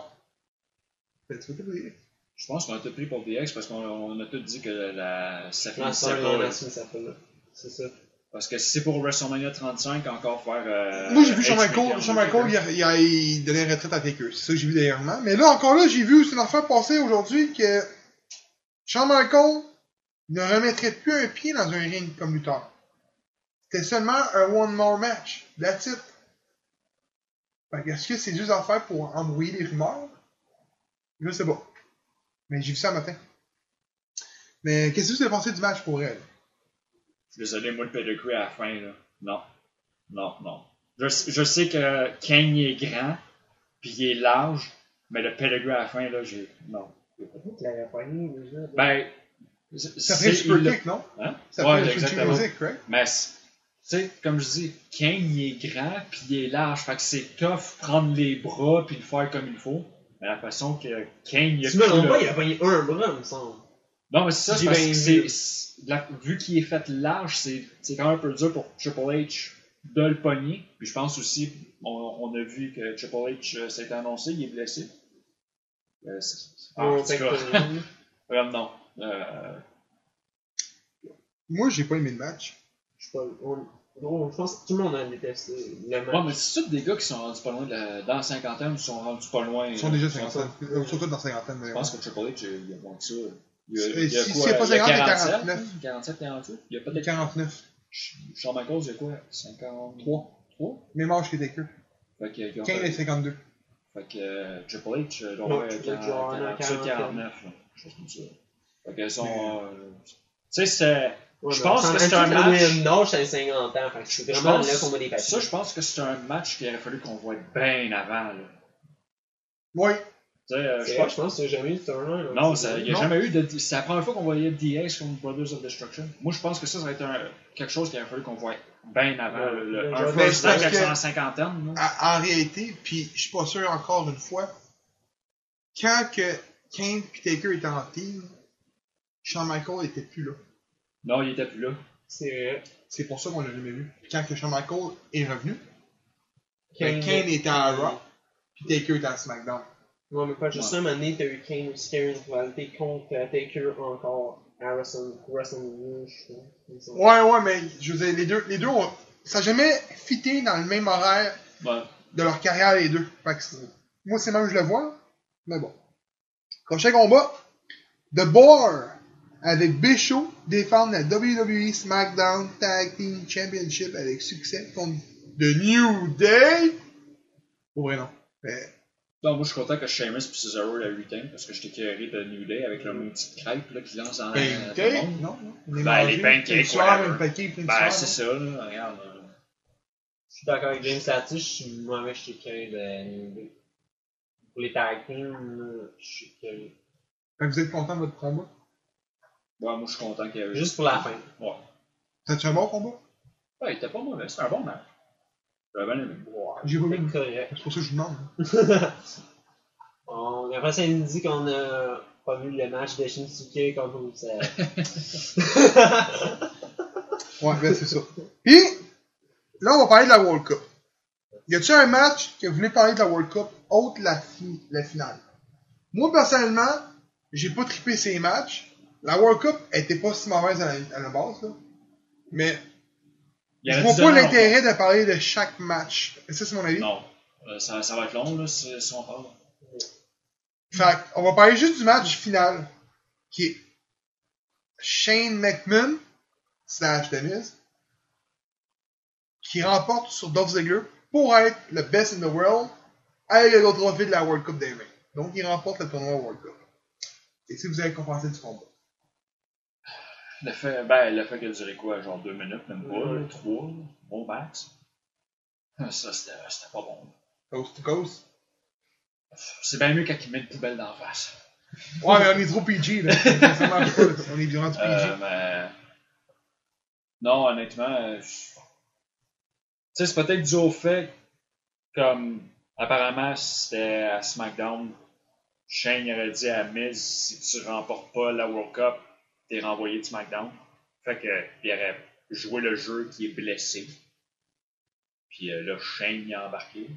T'as-tu voté pour DX?
je pense qu'on a tout pris pour DX parce qu'on on a tout dit que la, ça
Non,
finissait
c'est
pas,
un
là.
assume ça fait là. C'est ça.
Parce que si c'est pour WrestleMania 35, encore faire. euh,
Moi, j'ai vu
Edge
Shawn Michael,
Michael,
Shawn Michael, il, a- il, a- il donnait une retraite à Taker. C'est ça que j'ai vu dernièrement. Mais là, encore là, j'ai vu, c'est une affaire passer aujourd'hui que Shawn Michael ne remettrait plus un pied dans un ring comme lutteur. C'était seulement un one more match. That's it. Fait que Est-ce que c'est juste affaire pour embrouiller les rumeurs? Je sais pas. Mais j'ai vu ça le matin. Mais qu'est-ce que vous avez pensé du match pour elle?
Désolé, moi, le pedigree à la fin, là. Non. Non, non. Je, je sais que Kane il est grand, puis il est large, mais le pedigree à la fin, là, j'ai. Non.
Pourquoi tu l'avais pas mis déjà?
Ben.
Ça fait
c'est-
super
il-
kick, non?
Hein?
Ça
Ouais,
fait Switchy
exactement.
Music, right?
Mais, c'est- tu sais, comme je dis, Kane, il est grand, puis il est large. Fait que c'est tough prendre les bras, puis le faire comme il faut. Mais la façon que Kane, il a
Si je me
pris
trompe
le-
pas, il a pogné un bras, il me semble.
Non, mais c'est ça, c'est
J'ai
parce
bien
que
vu.
c'est- c'est- la- vu qu'il est fait large, c'est c'est quand même un peu dur pour Triple H de le pogner. Puis je pense aussi, on, on a vu que Triple H euh, s'est annoncé, il est blessé. Euh, c'est- c'est- ah, en
Ouais,
tout
fait
cas,
que-
euh, non. Euh,
Moi, j'ai pas aimé le match.
Je sais pas, on- on- je pense que tout le monde a détesté le
ouais, mais
match.
c'est tous des gars qui sont rendus pas loin de la, dans la cinquantaine, ils sont rendus pas loin.
Ils sont déjà
cinquantaine.
50 Ils sont tous dans 50
Je
mais
pense que Triple H, il y a moins que ça. Il
Euh,
il
si- s'il y a pas
il y a
50, il y a
47,
49.
47, 48. Il y a
ouais.
peut-être.
49.
Charles Michaels, il y a quoi 53 3
Même âge que Taker.
Fait que, ils ont
15 et
fait-
52.
fait que euh, Triple H, euh, donc,
Non,
euh,
Triple H,
quarante-
ouais,
quarante- quarante-
49,
49, là, quelque chose comme ça. Fait que sont.
Mais-
euh, tu sais, c'est.
Ouais,
je
mais
pense
on
que
s'en
c'est
rend
un
compte que
match.
William Nash a 50 ans, fait que c'est
je
vraiment
pense-
là qu'on voit des papiers.
Ça, je pense que c'est un match qu'il aurait fallu qu'on voie bien avant. là.
Oui.
Tu sais, euh,
C'est
je
vrai,
pense
je pense que c'est jamais eu de tournoi.
Non, ça- il n'y a
Non.
jamais eu de. C'est la première fois qu'on voyait DX comme Brothers of Destruction. Moi, je pense que ça, ça va être un- quelque chose qu'il a fallu qu'on voit bien avant.
Ouais,
le,
le
un
genre-
first
Mais je
act
pense
avec
que-
en cinquantaine. là.
En- en réalité, puis je suis pas sûr encore une fois, quand que Kane et Taker étaient en team, Shawn Michaels était plus là.
Non, il était plus là.
C'est vrai.
C'est pour ça qu'on l'a jamais vu. Puis Quand que Shawn Michaels est revenu, ben,
Kane-
Kane était à Raw, puis Taker était à SmackDown.
Ouais, mais pas juste ça, à un moment donné, t'as eu Kane aussi qui a eu une rivalité contre euh, Taker encore. Harrison, Wrestling je sais pas.
Ouais, ouais, mais je veux dire, les deux, les deux ont- ça n'a jamais fité dans le même horaire
Ouais.
de leur carrière, les deux. Fait que c'est- moi, c'est même, je le vois, mais bon. Prochain combat, The Boar avec Bischoff défendre la WWE SmackDown Tag Team Championship avec succès contre The New Day. Pour vrai, non. Euh, Mais
Non, moi, je suis content que Sheamus et Cesaro la retain parce que j'étais carré de New Day avec leur
Mm.
petite crêpe là, qui lance dans la. dans le
Pancake?
monde.
Non, non. On est
Ben,
mangé
les pancakes,
une soirée,
whatever.
une paquet, une
Ben,
soirée,
c'est
non?
ça, là. Regarde. là.
Je suis d'accord avec James là-dessus, je suis mauvais, je suis curieux de New Day. Pour les tag teams, là, je suis curieux.
Fait que vous êtes content de votre combat?
Ouais, moi, je suis content qu'il y avait.
Juste pour la fin.
Ouais.
T'as-tu un bon combat?
Ouais, il était pas mauvais. C'était un bon match. J'avais bien aimé.
Ouais,
J'ai pas vu.
c'est correct.
C'est pour ça que je vous demande.
On a passé une dit qu'on a pas vu le match de Shinsuke contre Rusev.
Ouais, ben c'est ça. Puis, là, on va parler de la World Cup. Y a-tu un match que vous voulez parler de la World Cup autre la, fi- la finale? Moi, personnellement, j'ai pas trippé ces matchs. La World Cup elle était pas si mauvaise à la, à la base, là. Mais
Il
je
aurait
vois
dû
pas
donner
l'intérêt de parler de chaque match. Ça, c'est mon avis.
Non. Euh, ça, ça va être long, là, si, si on parle.
Fait on va parler juste du match final qui est Shane McMahon slash Demise qui remporte sur Dolph Ziggler pour être le best in the world avec le gros trophée de la World Cup des Rings. Donc il remporte le tournoi World Cup. Et si vous avez compensé du combat.
Le fait, ben, le fait qu'elle durait quoi, genre deux minutes, même pas,
Ouais.
là, trois, là, au max. Ça, c'était c'était pas bon.
Coast to coast.
C'est bien mieux quand ils mettent une poubelle d'en face.
Ouais, mais on est trop PG là. Ça marche pas, là. On est durant du PG.
Euh, mais... Non, honnêtement, euh, je- tu sais, c'est peut-être dû au fait, comme apparemment c'était à SmackDown, Shane aurait dit à Miz, si tu remportes pas la World Cup, t'es renvoyé de SmackDown. Fait que il aurait joué le jeu qui est blessé. Puis euh, là, Shane y a embarqué.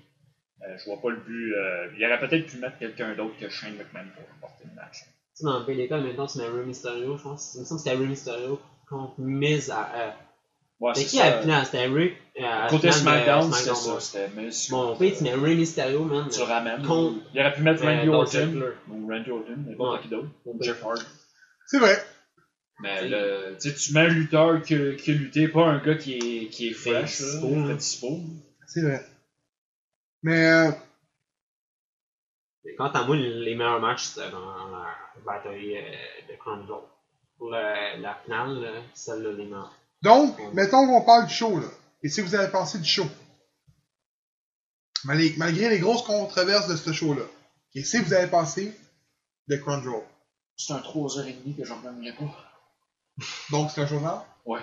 Euh, je vois pas le but. euh, il aurait peut-être pu mettre quelqu'un d'autre que Shane McMahon pour remporter le match.
Tu sais, dans Bellator, maintenant, c'est Rey Mysterio, je pense. Il me semble que c'était Rey Mysterio contre Miz à. euh, mais
Ouais, Ah, c'est
qui
ça.
a le plan C'était Rey. euh, à la
Côté
finale de
SmackDown, c'était
ouais.
ça. C'était euh, Miz.
Bon, en fait, tu mets Rey Mysterio, man.
tu ramènes.
Con-
Il aurait pu mettre
Euh,
Randy
Dolph
Orton.
Ziggler.
Ou Randy Orton, n'importe
Ouais.
qui d'autre. Ou
Ouais.
Jeff Hardy.
C'est vrai.
Mais le, tu sais, tu mets un lutteur qui, a- qui a lutté, pas un gars qui est, qui est fresh, là,
dispo,
fait
hein.
dispo.
C'est vrai. Mais euh,
Mais Quant à moi, les meilleurs matchs, c'était dans la bataille euh, de Crunchyroll. Pour la, la finale, là, celle-là, les meilleurs.
Donc, mettons qu'on parle du show, là. Et si vous avez pensé du show, malgré, malgré les grosses controverses de ce show-là, et si vous avez pensé de Crunchyroll.
C'est un 3h30 que j'en reviendrai pas.
Donc, c'est un journal.
Ouais.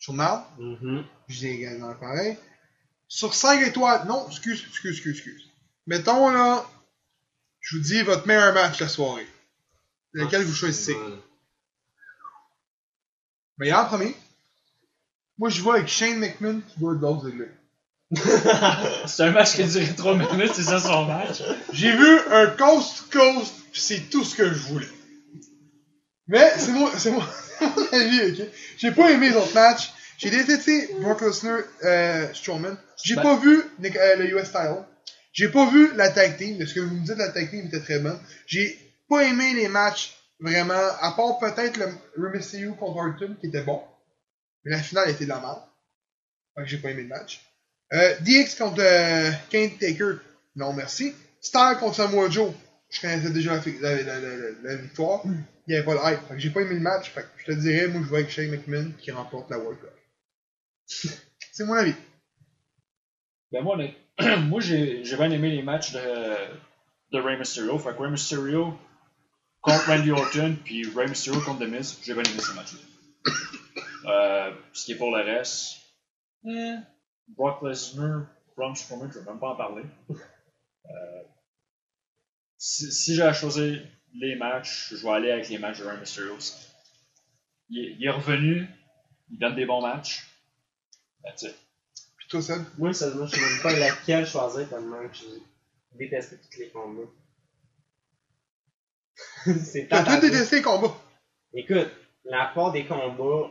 Journal,
Mm-hmm.
Mhm.
je dis également pareil. Sur 5 étoiles, non, excuse, excuse, excuse, excuse. Mettons, là, je vous dis votre meilleur match la soirée. Lequel vous choisissez.
Euh,
Mais en premier, moi, je vois avec Shane McMahon qui doit être Dolph Ziggler.
C'est un match qui a duré 3 minutes, c'est ça son match.
J'ai vu un coast to coast, pis c'est tout ce que je voulais. Mais c'est mon, c'est mon, c'est mon avis, ok? J'ai pas aimé les autres matchs. J'ai détesté Brock Lesnar, euh, Strowman. J'ai
Ben-
pas vu Nick- euh, le US Title. J'ai pas vu la tag team. Ce que vous me dites, la tag team était très bonne. J'ai pas aimé les matchs, vraiment. À part peut-être le Remissio contre Orton, qui était bon. Mais la finale était de la merde. Fait que j'ai pas aimé le match. Euh, DX contre euh, Kane Taker. Non, merci. Star contre Samoa Joe. Je connaissais déjà la, fi- la- la- la- la- la victoire. Il n'y avait pas de hype. Fait que j'ai pas aimé le match. Fait que je te dirais, moi, je vais avec Shane McMahon qui remporte la World Cup. C'est mon avis.
Ben moi, honnêt- moi j'ai j'ai bien aimé les matchs de, de Rey Mysterio. Fait que Rey Mysterio contre Randy Orton, puis Rey Mysterio contre The Miz, j'ai bien aimé ce match euh, Ce qui est pour le reste, eh, Brock Lesnar, Braun Strowman, je ne vais même pas en parler. Euh, si si j'ai à choisir les matchs, je vais aller avec les matchs de Rey Mysterio. Il est, il est revenu, il donne des bons matchs. Ben, That's it.
Puis toi, Seb,
Moi, seulement, je sais même pas laquelle choisir tellement que j'ai détesté toutes les combats. c'est
t'as tout
tabarnak.
détesté les combats.
Écoute, la part des combats.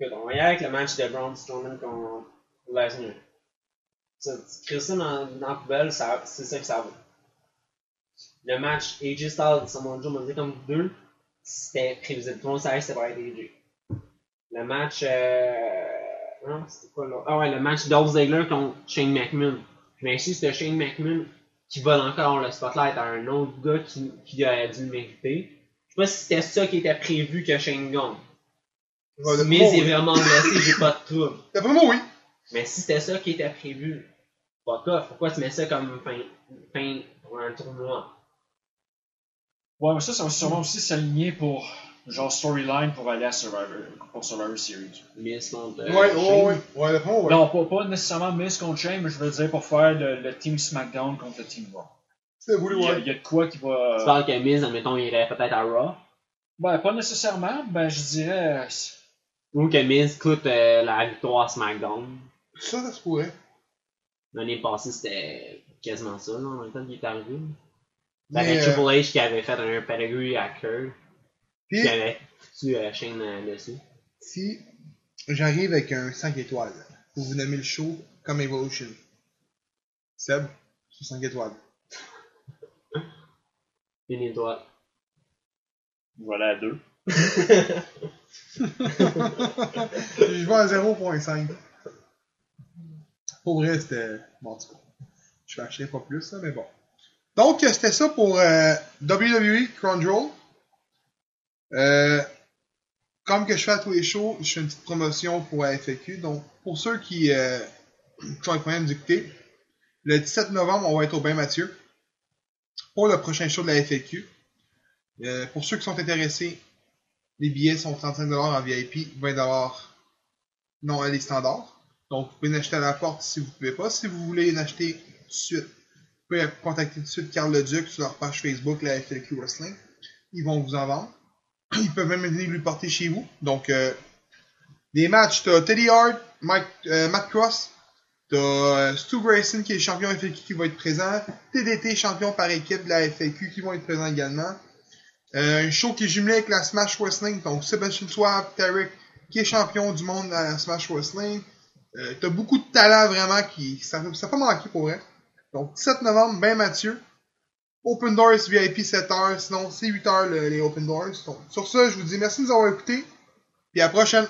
Écoute, on va y aller avec le match de Braun Strowman contre Lesnar. Ça, Tu crées ça dans, dans la poubelle, ça- c'est ça que ça vaut. Le match AJ Styles et Samoa Joe, on va dire comme deux, c'était prévisible. Tout le monde savait que c'était pour être AJ. Le match. Euh... Non, c'était quoi là? Ah ouais, le match Dolph Ziggler contre Shane McMahon. Je m'insiste, c'est Shane McMahon qui vole encore le spotlight à un autre gars qui, qui aurait dû le mériter. Je sais pas si c'était ça qui était prévu que Shane gagne.
Ouais,
Mais
bon,
c'est
oui.
vraiment blessé, j'ai pas de trouble.
D'après moi, oui.
Mais si c'était ça qui était prévu, fuck off, pourquoi tu mets ça comme fin, fin pour un tournoi?
Ouais, mais ça, ça va sûrement aussi s'aligner pour genre storyline pour aller à Survivor, pour Survivor Series.
Miss contre. euh,
Ouais, ouais, ouais, ouais. Ouais, d'après moi, ouais.
Non, pas, pas nécessairement Miss contre Shane, mais je veux dire pour faire le, le Team SmackDown contre le Team Raw.
C'était voulu,
Il y, a,
ouais.
il y a de quoi qui
Tu
va.
parles que Miz, admettons, il irait peut-être à Raw.
Ben, pas nécessairement, ben je dirais.
Ou que Miz coûte euh, la victoire à SmackDown.
Ça, ça se pourrait.
L'année passée, c'était quasiment ça, là, en même temps qu'il est arrivé.
Mais,
T'avais
euh,
Triple H qui avait fait un pedigree à Kerr,
Puis,
qui avait foutu euh, Shane euh, dessus.
si j'arrive avec un 5 étoiles, vous vous nommez le show comme Evolution. Seb, c'est 5 étoiles.
Une étoile.
Voilà à deux.
Je vais à 0.5. Pour vrai, c'était. Bon, en tout cas, je vais acheter pas plus, là, mais bon. Donc, euh, c'était ça pour euh, WWE Crunchyroll. Euh, comme que je fais à tous les shows, je fais une petite promotion pour la FAQ. Donc, pour ceux qui, euh, qui ont le problème d'écouter, le 17 novembre, on va être au Bain Mathieu pour le prochain show de la FAQ. Euh, pour ceux qui sont intéressés, les billets sont 35$ en VIP, 20$ non à les standards. Donc, vous pouvez en acheter à la porte si vous ne pouvez pas. Si vous voulez en acheter tout de suite, vous pouvez contacter tout de suite Carl Leduc sur leur page Facebook, la FLQ Wrestling. Ils vont vous en vendre. Ils peuvent même venir lui porter chez vous. Donc, euh, les matchs, tu as Teddy Hart, Mike, euh, Matt Cross, tu as Stu Grayson qui est champion FLQ qui va être présent, TDT champion par équipe de la FLQ qui vont être présents également. Euh, un show qui est jumelé avec la Smash Wrestling. Donc, Sebastian Swab, Tarek, qui est champion du monde à la Smash Wrestling. Euh, T'as beaucoup de talent vraiment qui. Ça n'a pas manqué pour elle. Donc, 17 novembre, ben Mathieu. Open Doors VIP 7h, sinon c'est 8h les Open Doors. Donc, sur ce, je vous dis merci de nous avoir écoutés. Puis à la prochaine!